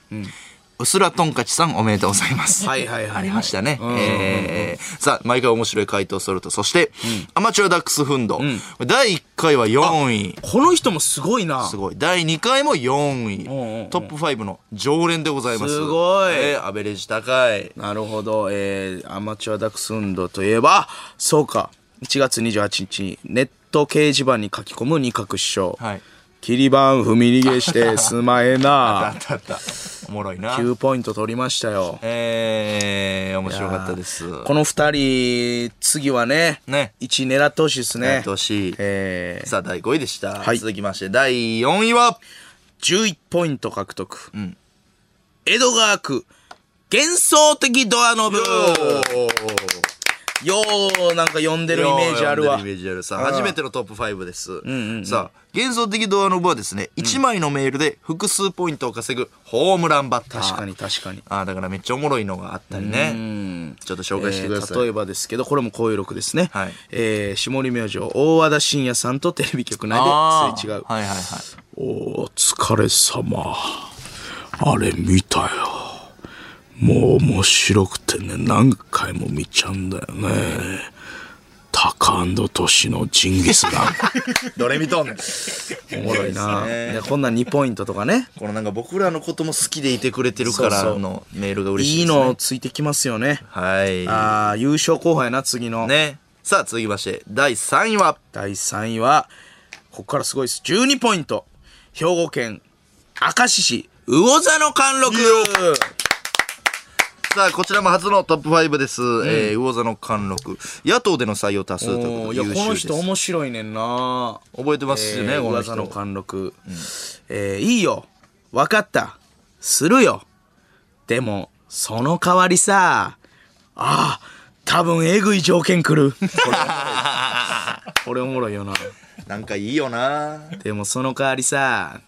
うすらトンカチさんおめでとうございます。はいはいはいはいありましたね。えーさあ、毎回面白い回答すると。そして、アマチュアダックスフンド。第1回は4位。この人もすごいな。すごい。第2回もんうんう4ん位。トップ5の常連でございます。すごいえーアベレージ高い。なるほど。えー、アマチュアダックス運動といええば、ば、そうか。1月28日にネット掲示板に書き込む二角師匠。はい。切り板踏み逃げしてすまえ [laughs] あなっ。たあった。おもろいな。 9ポイント取りましたよ。えー、面白かったです。この二人、次はね、ね1位狙ってほしいですやねって。ほしい。えー、さあ、第5位でした。い続きまして、第4位は、 11ポイント獲得。ん江戸川区、幻想的ドアノブ。よう、なんか呼んでるイメージあるわ。イメージあるさあ初めてのトップ5です、さあ幻想的ドアノブはですね、一1枚のメールで複数ポイントを稼ぐホームランバッター確かに確かに。あーだからめっちゃおもろいのがあったりねちょっと紹介してください、えー例えばですけどこれも高有力ですね、はいえー下り明星大和田伸也さんとテレビ局内あですーれ違う、はいはいはいお疲れ様あれ見たよもう面白くてね何回も見ちゃうんだよねタカトシのジンギスカどれ見とんねんンおもろい [laughs] ないやこんなん2ポイントとかねこのなんか僕らのことも好きでいてくれてるからそうそうのメールが嬉しいいいです、ね、のついてきますよねはいああ優勝候補やな次の、ねさあ続きまして第3位は第3位はここからすごいです12ポイント兵庫県明石市魚座の貫禄さあ、こちらも初のトップ5です。えー、魚座の貫禄。野党での採用多数ということおでーいや優秀です。この人面白いねんな覚えてますよね、えーこの噂人。の貫禄、えーいいよ分かったするよでもその代わりさああ多分えぐい条件来るこれこれおもろいよななんかいいよなでもその代わりさ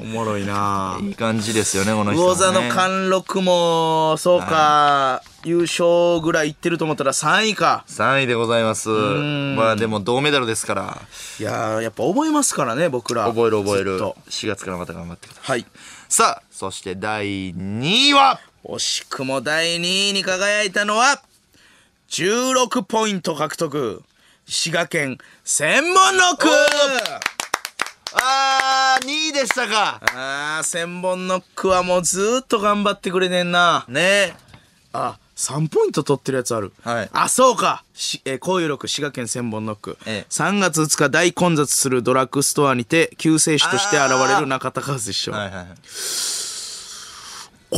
おもろいないい感じですよね、この人、ね。魚座の貫禄もそうか優勝ぐらいいってると思ったら3位か3位でございます。まあでも銅メダルですから、いやーやっぱ覚えますからね僕ら覚える覚えずっる。と4月からまた頑張ってください。はいさあ、そして第2位は、惜しくも第2位に輝いたのは16ポイント獲得滋賀県千本ノックあー、2位でしたか。あー千本ノックはもうずーっと頑張ってくれてんなねあ3ポイント取ってるやつある、はいあそうかし、えー、こういう6滋賀県千本ノック、ええ3月2日大混雑するドラッグストアにて救世主として現れる中田和一師匠、はいはいはい。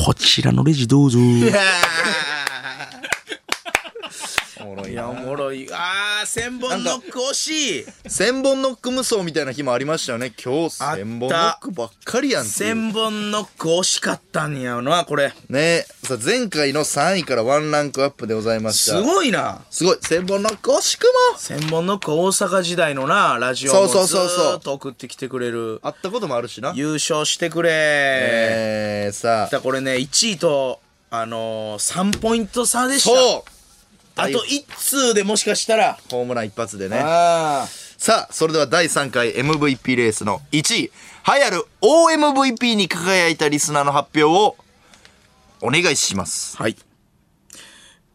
こちらのレジどうぞおもろいいなやおもろいあー千本ノック惜しい千本ノック無双みたいな日もありましたよね。今日、あった千本ノックばっかりやんっていう千本ノック惜しかったんやなこれねさあ前回の3位からワンランクアップでございましすた。ごいなすごい。千本ノック惜しくも千本ノック大阪時代のなラジオそもうずそうそうそうーっと送ってきてくれるあったこともあるしな。優勝してくれえー、さあ。だこれね1位とあのー、3ポイント差でしたそうあと1通でもしかしたらホームラン一発でね。ああさあ、それでは第3回 MVP レースの1位、栄えある OMVP に輝いたリスナーの発表をお願いします。はい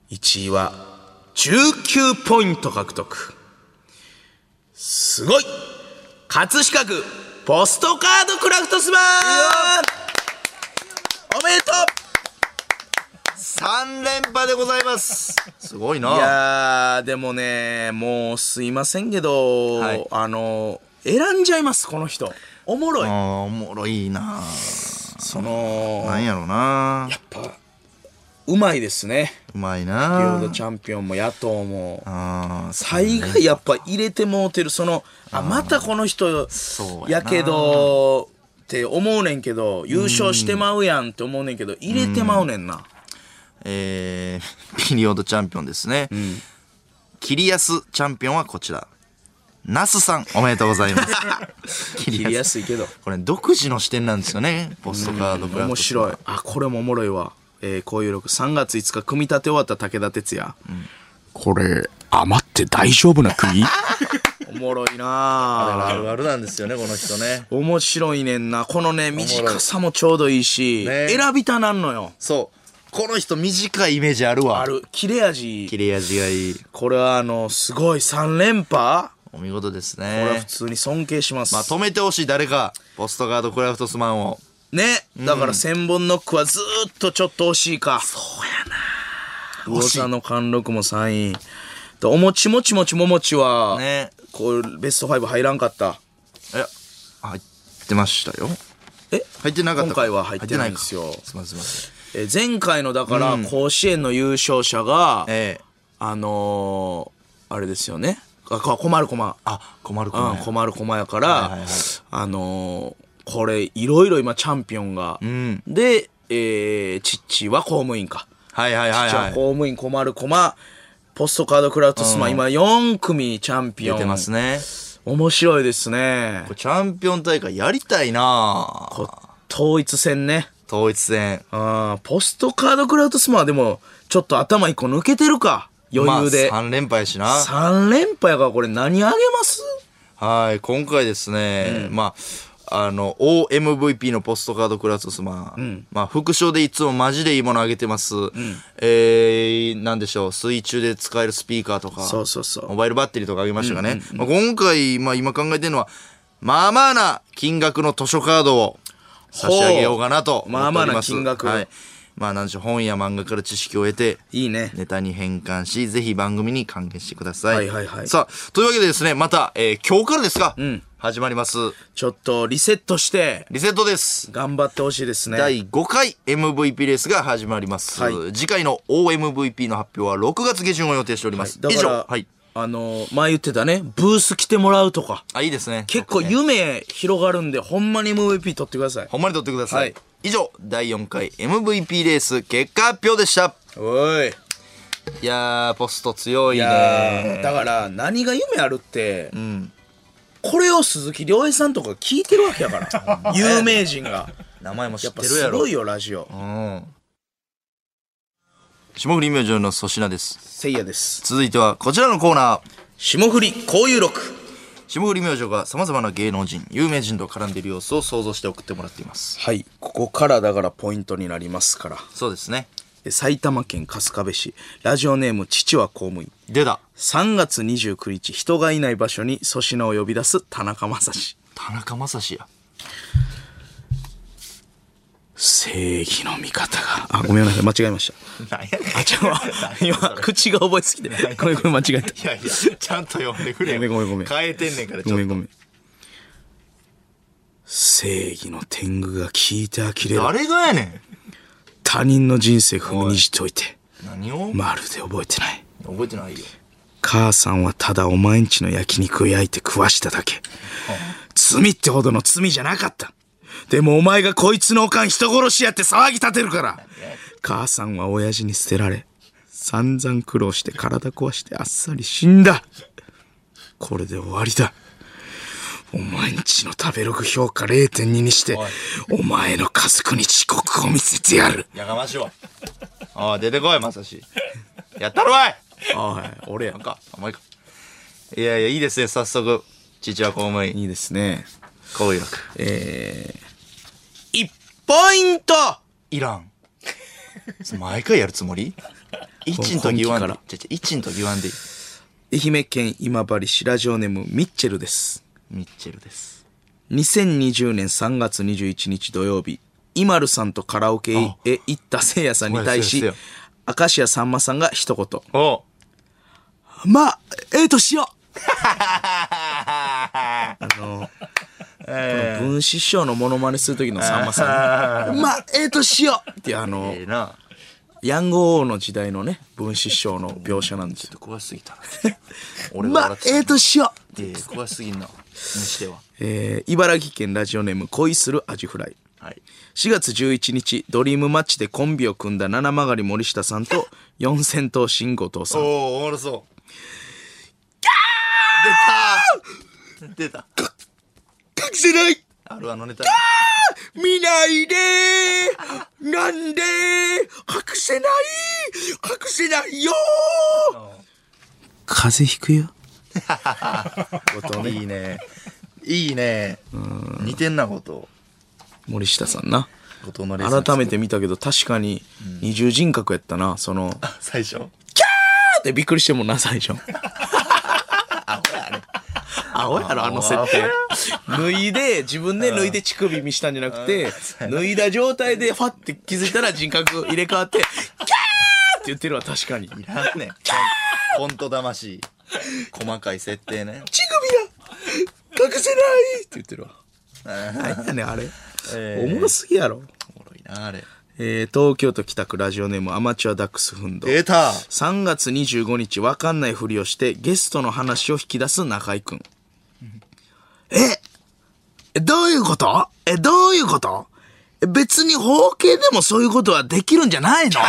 1位は19ポイント獲得すごい葛飾区ポストカードクラフトスマンおめでと3連覇でございます。すごいういな。やーでもねもうすいませんけど、はいあの選んじゃいますこの人おもろいあーおもろいな。そのなんやろな。うまいですねうまいフィーなルド。チャンピオンも野党もあー大概やっぱ入れてもうてるそのあまたこの人そうややなけどって思うねんけど優勝してまうやんって思うねんけど入れてまうねんなえー、ピリオドチャンピオンですね。キリアスチャンピオンはこちら。ナスさん、おめでとうございます。 [laughs] キ切りやすいけどこれ独自の視点なんですよね。ポストカードクラフト。面白い。あこれもおもろいわえー、こういう録3月5日組み立て終わった武田鉄矢これ、余って大丈夫な国 [laughs] おもろいなあぁるあるなんですよね、この人ね。面白いねんな。このね、短さもちょうどいいし、ね選びたなんのよ。そう。この人短いイメージあるわ。あ。る。切れ味。切れ味がいい。これはあの、すごい3連覇お見事ですこれは普ね。通に尊敬します。まあ、止めてほしい、誰か。ポストガードクラフトスマンを。ね。だから千本ノックはずーっとちょっと惜しいか。そうやな惜しい魚の貫禄も3位。でおもちもちもちももちは、ね。こう、ベスト5入らんかった。え、入ってましたよ。え入ってなかった今か回は入ってないんです入っよてな。いかすいません、すえ前回のだから、甲子園の優勝者が、いません。ええ。あのー、あれですよね。あ、こ困る困あ、困るる。う困ん、る。困る困やから、いはいはいあのー、これ、いろいろ今チャンピオンが。んで、えー、チッチは公務員か。はいはいはいじゃあはい。公務員困る困。ポストカードクラウトスマ、今4組チャンピオ出ン。てますね。面白いですねこれ。チャンピオン大会やりたいなぁこ統一戦ね。統一戦。ああ、ポストカードクラウトスマはでも、ちょっと頭一個抜けてるか。余裕で。まあ、3連敗やしな。 3連覇やからこれ何あげますはい、今回ですね、まあ、あの、OMVP のポストカードクラススマン、まあ、副賞でいつもマジでいいものあげてます。えー、なんでしょう、水中で使えるスピーカーとか、そうそうそうモバイルバッテリーとかあげましたがね、まあ、今回、まあ、今考えてるのは、まあまあな金額の図書カードを差し上げようかなと思っております。ほうまあまあな金額はい。まあ、なんでしょう、本や漫画から知識を得て、いいね。ネタに変換し、ぜひ番組に還元してください。はいはいはいさあ、というわけでですね、また、えー今日からですか、ん始まります。ちょっとリセットして、リセットです。頑張ってほしいですね。第5回 MVP レースが始まります。はい次回の OMVP の発表は6月下旬を予定しております。だ以か上ら、。はい。あの、前言ってたね、ブース来てもらうとか、あ、いいですね。結構ね夢広がるんで、ほんまに MVP 取ってください。ほんまに取ってください。はい以上、第4回 MVP レース結果発表でした。おい。いやー、ポスト強いいねやーだから、何が夢あるって、これを鈴木亮平さんとか聞いてるわけやから、有名人が。名前も知やっっぱてるやすろ。ごいよ、ラジオ。うん。霜降り明星の粗品です。せいやです。続いてはこちらのコーナー霜降り交友録。霜降り明星がさまざまな芸能人有名人と絡んでいる様子を想像して送ってもらっていますはい、ここからだからポイントになりますから。そうですねえ埼玉県春日部市、ラジオネーム父は公務員。出た3月29日、人がいない場所に粗品を呼び出す田中正史。田中将司や正義の味方が。あ、ごめんなさい、間違えました。何 [laughs] やねんあ、ちょ、今、口が覚えすぎて。これこれ間違えた。いやいやちゃんと読んでくれよごめんごめんごめん変えてんねんからちごょめっんごめん。正義の天狗が聞いて呆れとる。誰がやねん他人の人生踏みにじといて、何を、まるで覚えてない。覚えてないよ母さんはただお前んちの焼肉を焼いて食わしただけ。罪ってほどの罪じゃなかった。でもお前がこいつのおかん人殺しやって騒ぎ立てるから。母さんは親父に捨てられ、散々苦労して体壊してあっさり死んだ。これで終わりだ。お前んちの食べログ評価0.2にして、お前の家族に遅刻を見せてやる。やかましい [laughs] わああ出てこい将司やったろわいおい、俺やなんかお前かいやいやいいですね早速父は公務員いいですね。公約えー、1ポイントいらん。毎回やるつも [laughs] り一の時言わんでいい。じゃじゃ一の時言わんでいい。愛媛県今治市ラジオネームミッチェルです。ミッチェルです。 2020年3月21日土曜日、イマルさんとカラオケへ行ったせいやさんに対おいせいしやせい、明石家さんまさんが一言。おま [laughs] あ、ええとしようあの、この分子師匠のモノマネする時のさんまさん [laughs] に。まあ、ええとしようっていうあのええ、な。ヤンゴ王の時代のね、分子師匠の描写なんですよ。怖すぎ [laughs] たな。俺がまあ笑っ、てええとしようええ怖すぎんな。にしては。えー茨城県ラジオネーム恋するアジフライはい。 4月11日ドリームマッチでコンビを組んだ七曲り森下さん [laughs] と四千頭身後藤さおんお、おもろそう。出た出た。隠せないあるあのネタ。見ないでなんで隠せない隠せないよ風邪ひくよ後藤ねいいねいいね似てんなこと森下さんな後藤のレース改めめて見たけど確かに二重人格やったなその [laughs] あ最初ってびっくりしてもんな最初青やろあの設定脱いで自分で脱いで乳首見したんじゃなくて脱いだ状態でファッて気づいたら人格入れ替わって「キャー!」って言ってるわ確かに乳いらんね [laughs] んコント魂細かい設定ね首が隠せないって言ってるわ何やねんあれ、えーおもろすぎやろおもろいなあれえー、東京都北区ラジオネームアマチュアダックスフンド出た3月25日わかんないふりをしてゲストの話を引き出す中居くん。ええどういうことえ、どういうことえ別に法系でもそういうことはできるんじ [laughs] ゃないの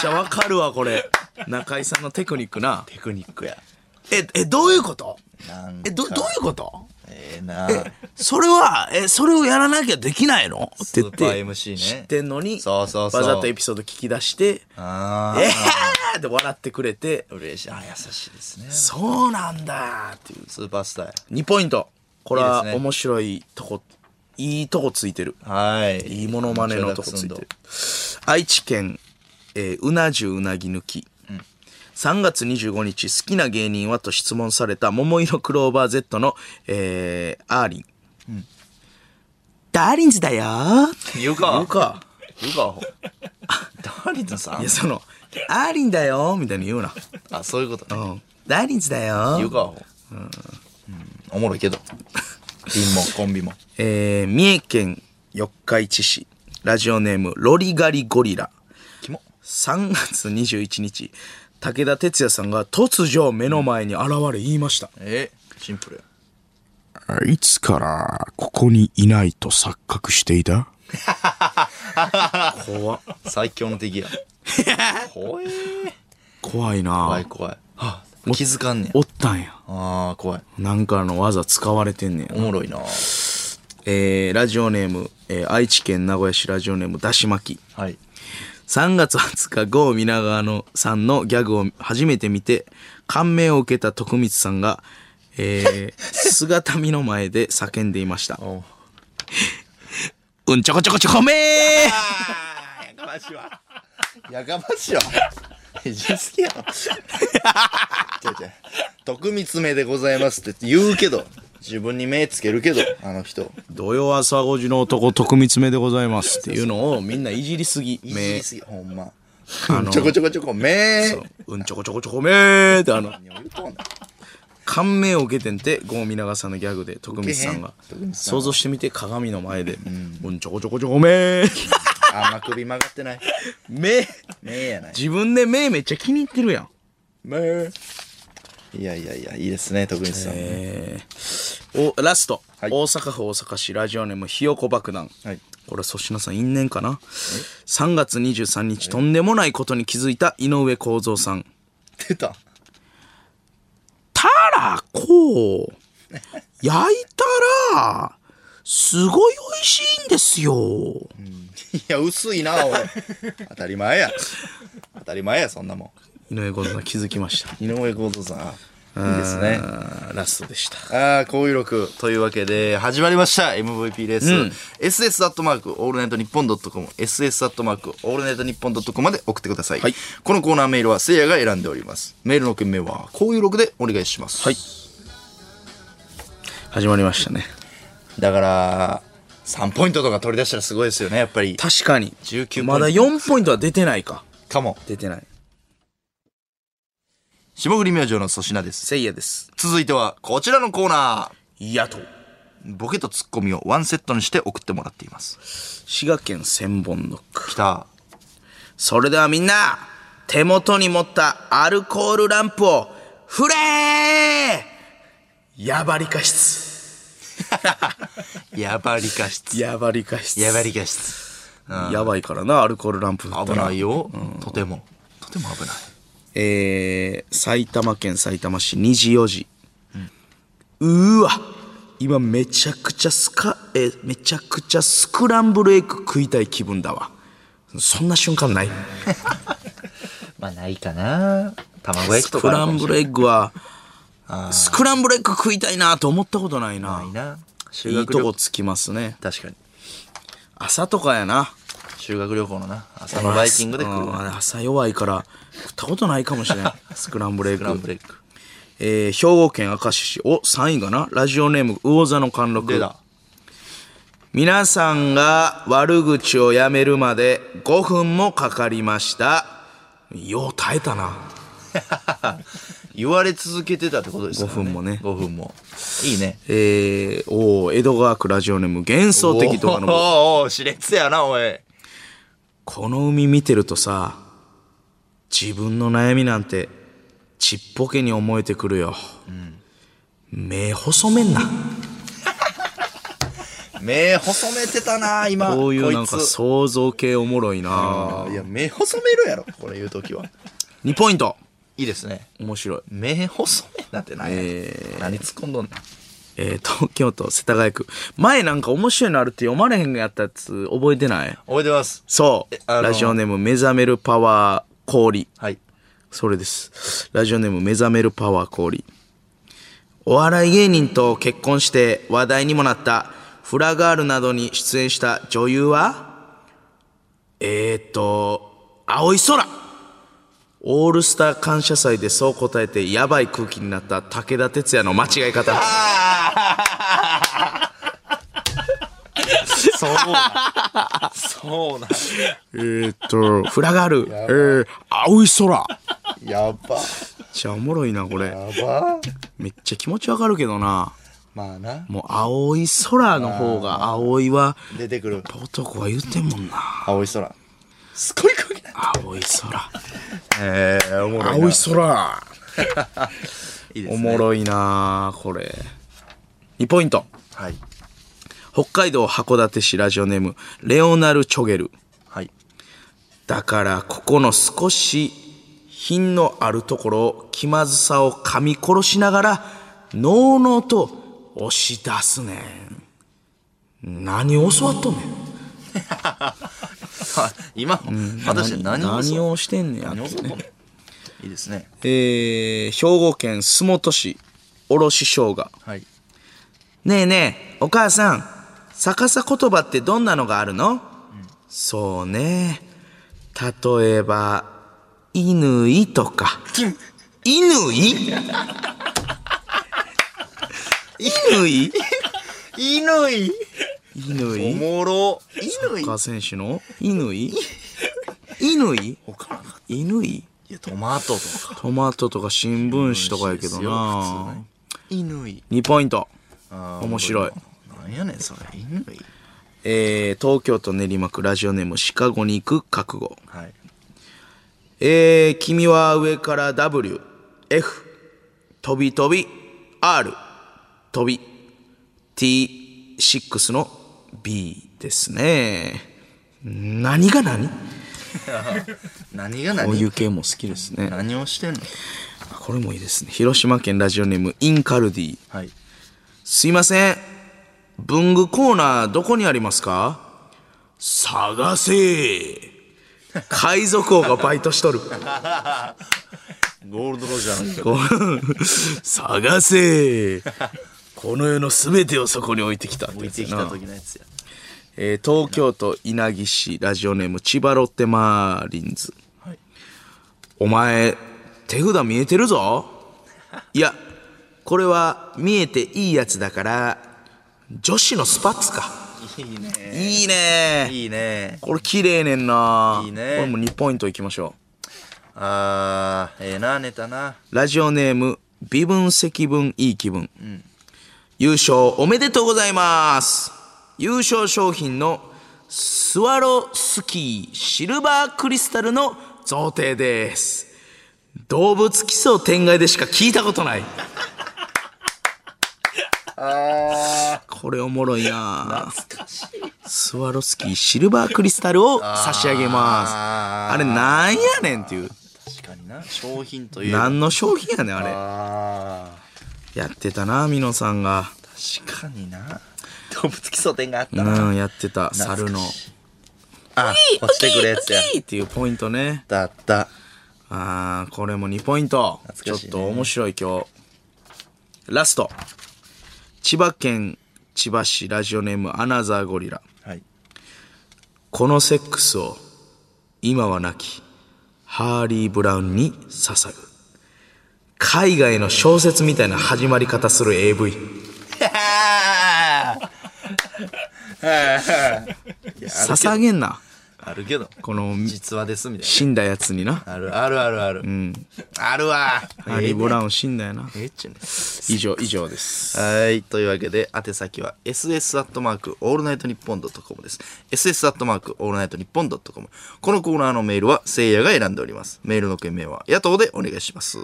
じゃわかるわ、これ。中居さんのテクニックな。テクニックやえ、え、どういうことなんかえ、ど、どういうことええ [laughs] なあそれは、え、それをやらなきゃできないのってスー言っパて、ー MC ね知ってんのに、そうそうそうわざとエピソード聞き出して、あえーって笑ってくれて、ー嬉しいあ優しいですねそうなんだっていう。スーパースターや2ポイント。これいいはですね面白いとこ、いいとこついてる。はいいいモノマネのとこついてる。愛知県、えーうなじゅううなぎ抜き。3月25日、好きな芸人はと質問された桃色クローバー Z の、えー、アーリン。ダーリンズだよ言うか言うか。言うかアホダーリンズさいんや、その、アーリンだよみたいに言うな。あそういうことうねん。ダーリンズだよ言うかアホうんおもろいけど瓶もコンビもえー、三重県四日市市、ラジオネーム、ロリガリゴリラ。キモ3月21日、武田鉄矢さんが突如目の前に現れ言いました。えシンプルやいつからここにいないと錯覚していた怖最強の [laughs] 敵や怖え怖い怖ない怖いはあ気づかんねんおったんや。ああ怖いなんかの技使われてんねんお。もろいなえー、ラジオネーム、えー、愛知県名古屋市ラジオネーム、だし巻き。はい3月20日、郷皆川のさんのギャグを初めて見て、感銘を受けた徳光さんが、えー、 [laughs] 姿見の前で叫んでいました。おうんちょこちょこちょこめーやかましいわやかましいわ人好きやろ違う違う徳光目でございますって言うけど自分に目つけるけどあの人土曜朝5時の男、徳光めでございますっていうのをみんないじりすぎ。いじりすぎほんまあのちょこちょこちょこ目そううんちょこちょこちょこめーってあの、何を言うとんねん感銘を受けてんて、郷皆川さんのギャグで徳光さんが受けへん徳光さんは想像してみて鏡の前で、うんちょこちょこちょこめ [laughs] ーあんま首曲がってない目目やない自分で目めっちゃ気に入ってるやん。目いやいやいやいいですね徳光さん、えー、おラスト、はい大阪府大阪市ラジオネームひよこ爆弾、はいこれ粗品さん因縁かな3月23日とんでもないことに気づいた井上公造さん出たたら [laughs] こう焼いたらすごい美味しいんですよいや薄いな俺当たり前や当たり前やそんなもん井上公造さん気づきました井上公造さんいいですねあーラストでしあたあ、高有録というわけで、始まりました、MVP レース。ss アットマーク、オールナイトニッポンドットコム、ss アットマーク、オールナイトニッポンドットコムまで送ってください。はいこのコーナーメールはせいやが選んでおります。メールの件名は、高有録でお願いします。はい始まりましたねだから、3ポイントとか取り出したらすごいですよね、やっぱり。確かに19ポイントまだ4ポイントは出てないかかも。出てない霜降り明星の粗品です。せいやです続いては、こちらのコーナやとー。ボケとツッコミをワンセットにして送ってもらっています。滋賀県千本ノックきた。それではみんな、手元に持ったアルコールランプを振れーやばりか室。やばりか室。やばりか室。やばりか室。やばいからな、アルコールランプ振った危らないよ、とてもとても危ないえー、埼玉県埼玉市2時4時。うーわ今めちゃくちゃスカ、えーめちゃくちゃスクランブルエッグ食いたい気分だわ。そんな瞬間ないまあないかな卵焼きとスクかあるラかンもブしルれエないッグは、スクランブルエッグ食いたいなと思ったことないな。ないな修いい学旅とこ行つきますね確かに朝とかやな修学旅行のな朝のバイキングで食ううんあわれ朝弱いから食ったことないかもしれんスクランブル [laughs] エスクランッブグルエッグえー、兵庫県明石市お3位かなラジオネーム魚座の貫禄出た皆さんが悪口をやめるまで5分もかかりましたよう耐えたな言われ続けてたってことですからね5分もね5分もいいねえー、おー江戸川区ラジオネーム幻想的とかおのーおー熾烈やなおいこの海見てるとさ自分の悩みなんてちっぽけに思えてくるよ、目細めんな目細めてたな今こういうなんこかいつ想像系おもろいなあーいや目細めるやろこれ言う時は2ポイントいいですね面白い目細めなんてない、何突っ込んどんねんえー、東京都世田谷区前なんか面白いのあるって読まれへんやったやつ覚えてない覚えてますそうえ、あのーラジオネーム目覚めるパワー氷はいそれですラジオネーム目覚めるパワー氷お笑い芸人と結婚して話題にもなったフラガールなどに出演した女優はえー、っと青い空オールスター感謝祭でそう答えてやばい空気になった武田鉄矢の間違い方 [laughs] そうなえんーっと、フラガールえー、青い空。やばめっちゃおもろいなこれめっちゃ気持ちわかるけどなまあなもう青い空の方が青いは出てくる男は言ってんもんな青い空すごい空気だ青い空ええおもろい青い空。いいですおねもろいなこれ2ポイントはい北海道函館市ラジオネームレオナル・チョゲルはいだからここの少し品のあるところを気まずさを噛み殺しながらのうのうと押し出すねん何を教わっとんねんあ今私何を何をしてんねやっ何をてねいいですねえー、兵庫県洲本市卸生姜はいねえねえお母さん逆さ言葉ってどんなのがあるの、そうね例えば「犬い」とか「犬い」犬い乾犬おいもろサッカー乾選手の犬い犬い他なんか犬いいやトマトとかトマトとか新聞紙とかやけどな乾2ポイントあー面白いなんやねんそれ乾えー、東京都練馬区ラジオネームシカゴに行く覚悟はいえー、君は上から WF 飛び飛び R 飛び T6 の B ですね何が何何がこうい何う系も好きですね何をしてんのこれもいいですね広島県ラジオネームインカルディはいすいません。文具コーナーどこにありますか探 [laughs] せ海賊王がバイトしとる。ゴールドロジャーの人こう探せこの世の全てをそこに置いてきたって置いやつてやきなた時のやつやえー東京都稲城市ラジオネーム千葉ロッテマーリンズ、はいお前手札見えてるぞいやこれは見えていいやつだから女子のスパッツかいいねいいねいいねこれ綺麗ねんないいねこれも2ポイントいきましょあーええなネタなうラジオネーム微分積分いい気分、優勝おめでとうございます優勝賞品のスワロスキーシルバークリスタルの贈呈です動物奇想天外でしか聞いたことないこれおもろいな懐かしいスワロスキーシルバークリスタルを差し上げますああれなんやねんっていう。ー確かにな商品という何の商品やねん、ああれ。やってたな、ミノさんが。ー確かにな動物基礎点があったなうん、やってた。猿の。あ落ちてくるやつやいいっていうポイントね。だったあーこれも2ポイント、ち懐かょっしいねと面白い今日ラスト千葉県千葉市ラジオネームアナザーゴリラ [laughs] はい。このセックスを今はなきハーリー・ブラウンに捧ぐ海外の小説みたいな始まり方する AV 捧げんなあるけど。この実話ですみたい死んだやつになな。あるあるあるある。あるわ。ハーリー・ブラウン死んだよなええっちゅうね。以上以上ですはい。というわけで、宛先は ss アットマークオールナイトニッポンドットコムです。ss アットマークオールナイトニッポンドットコム。このコーナーのメールはせいやが選んでおります。メールの件名は野党でお願いします。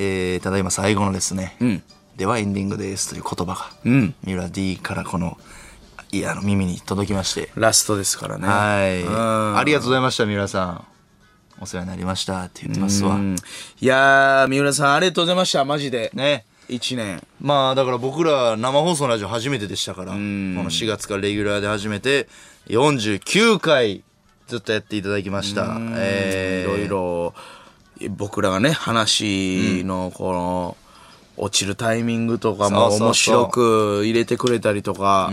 えー、ただいま最後のですね。ではエンディングですという言葉が、ん三浦 D からこの、いや、あの耳に届きまして。ラストですからねはい。んありがとうございました、三浦さん。お世話になりましたって言ってますわ。うんいやー三浦さんありがとうございましたマジでね。 1年まあだから僕ら生放送のラジオ初めてでしたから、この4月からレギュラーで始めて、49回ずっとやっていただきました。えいーろいろ僕らがね話のこの落ちるタイミングとそかもうそうそう面白く入れてくれたりとか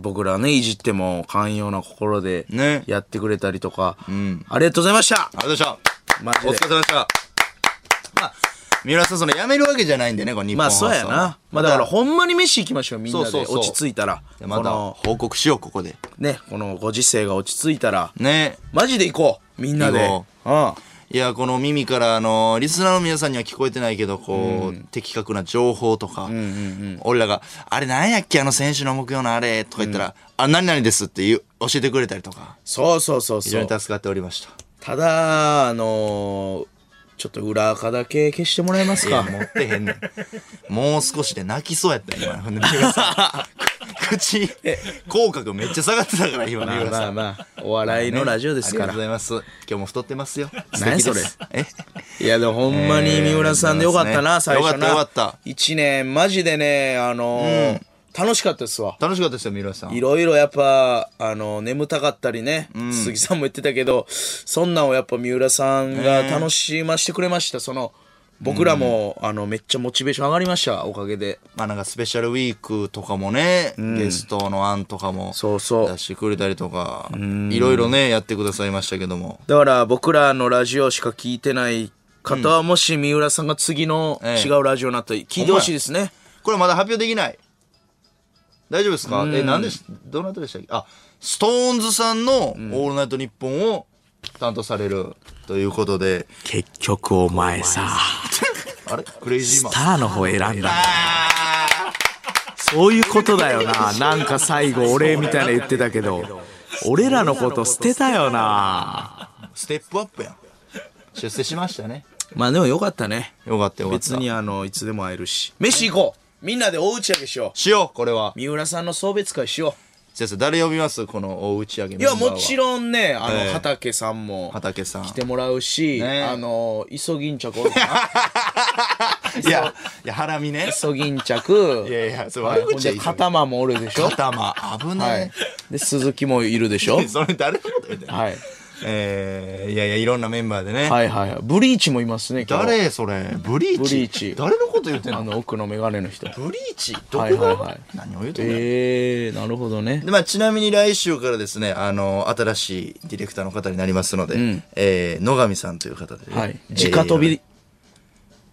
僕らねいじっても寛容な心でねやってくれたりとか、ありがとうございましたありがとうございまマした。ジでお疲れ様でした。まあ、三浦さん、その辞めるわけじゃないんでね、この日ま本あ放送そうやなまあだからほんまに飯行きましょうみんなでそうそうそう落ち着いたらでまこたの報告しよう、ここで。ねこのご時世が落ち着いたらね。マジで行こうみんなで行こうんいや、この耳から、あの、リスナーの皆さんには聞こえてないけど、こう、的確な情報とか、俺らが、あれなんやっけ、あの選手の目標のあれ、とか言ったら、あ、何々ですって言う、教えてくれたりとか、そうそうそう非そ常うに助かっておりました。ただあのーちょっと裏垢だけ消してもらえますいや、か持ってへんねん。もう少しで泣きそうやったよ、今。ほんで三浦さん口、口角めっちゃ下がってたから、今、三まあ浦まさあん。まあお笑いのラジオですかありがら、とうございます。今日も太ってますよ。何素敵ですえいやでもほんまに三浦さんでよかったえな、ー最初なよかったよかった1年マジでねあのー楽しかったですわ楽しかったですよ、三浦さん。いろいろやっぱあの眠たかったりね、鈴木さんも言ってたけどそんなんをやっぱ三浦さんが楽しましてくれました、その僕らも、あのめっちゃモチベーション上がりましたおかげでまあなんかスペシャルウィークとかもね、ゲストの案とかもそうそう出してくれたりとか、いろいろね、やってくださいましたけども。だから僕らのラジオしか聞いてない方はもし三浦さんが次のええ違うラジオになったら聞いてほしいですね。これまだ発表できない。大丈夫ですかえ、なんでし、どなたでしたっけあ、ストーンズさんのオールナイトニッポンを担当されるということで、結局お前さ、あれクレイジーマン。ターの方選んだ。そういうことだよな。なんか最後お礼みたいな言ってたけど、俺らのこと捨てたよな。ステップアップやん。出世しましたね。まあでもよかったね。よかったよかった。別にあの、いつでも会えるし。飯行こうみんなで大打ち上げしよう。しよう、これは。三浦さんの送別会しよ先生、誰呼びますこの大打ち上げう。いメンバや、ーは。もちろんね、あええの、畑さんも畑さん来。てもらうし、ねあの、イソギンチャクお [laughs] るかないや、いや、ハラミねイ。ソギンチャク。いやいやそれはい悪口は言い過ほんでぎ片間もおるでしょ。頭危な、。はいい。 [laughs] で、鈴木もいるでしょそれ誰のこと言ってんのはい。えー、いやいやいろんなメンバーでね、はいはいはい。ブリーチもいますね、今日誰それブリーチブリーチ誰のこと言ってんあのの奥のメガネの人。ブリーチどこが、はいはいはい何を言ってんの、ええー、なるほどね。でまあ、ちなみに来週からですね、あの、新しいディレクターの方になりますので、えー、野上さんという方で、はい。え直ー飛び、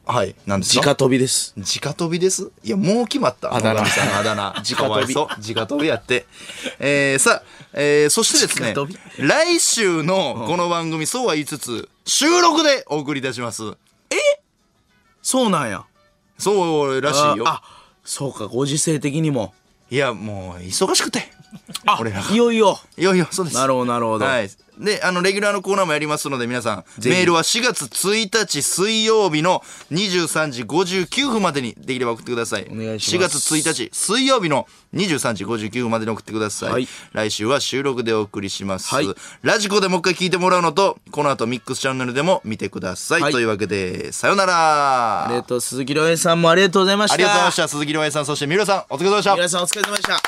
はい、なんです直か飛びです。直飛びですいや、もう決まった。あだ名野上さんのあだ [laughs] 名。びかわいそう直飛びやって。えー、さあ、えー、そしてですね直飛、来週のこの番組、そうは言いつつ、収録でお送りいたします。そうなんや。そうらしいよ。あ、あそうか、ご時世的にも。いや、もう、忙しくて。あ俺らがいよいよ。いやいや、そうです。なるほど、なるほど。はい。で、あの、レギュラーのコーナーもやりますので、皆さん、メールは4月1日水曜日の23時59分までにできれば送ってください。お願いします4月1日水曜日の23時59分までに送ってください。はい来週は収録でお送りします。はいラジコでもう一回聞いてもらうのと、この後ミックスチャンネルでも見てください。はいというわけで、さよなら。えっと、鈴木亮平さんもありがとうございました。ありがとうございました。鈴木亮平さん、そして三浦さん、お疲れ様でした。皆さんお疲れ様でした。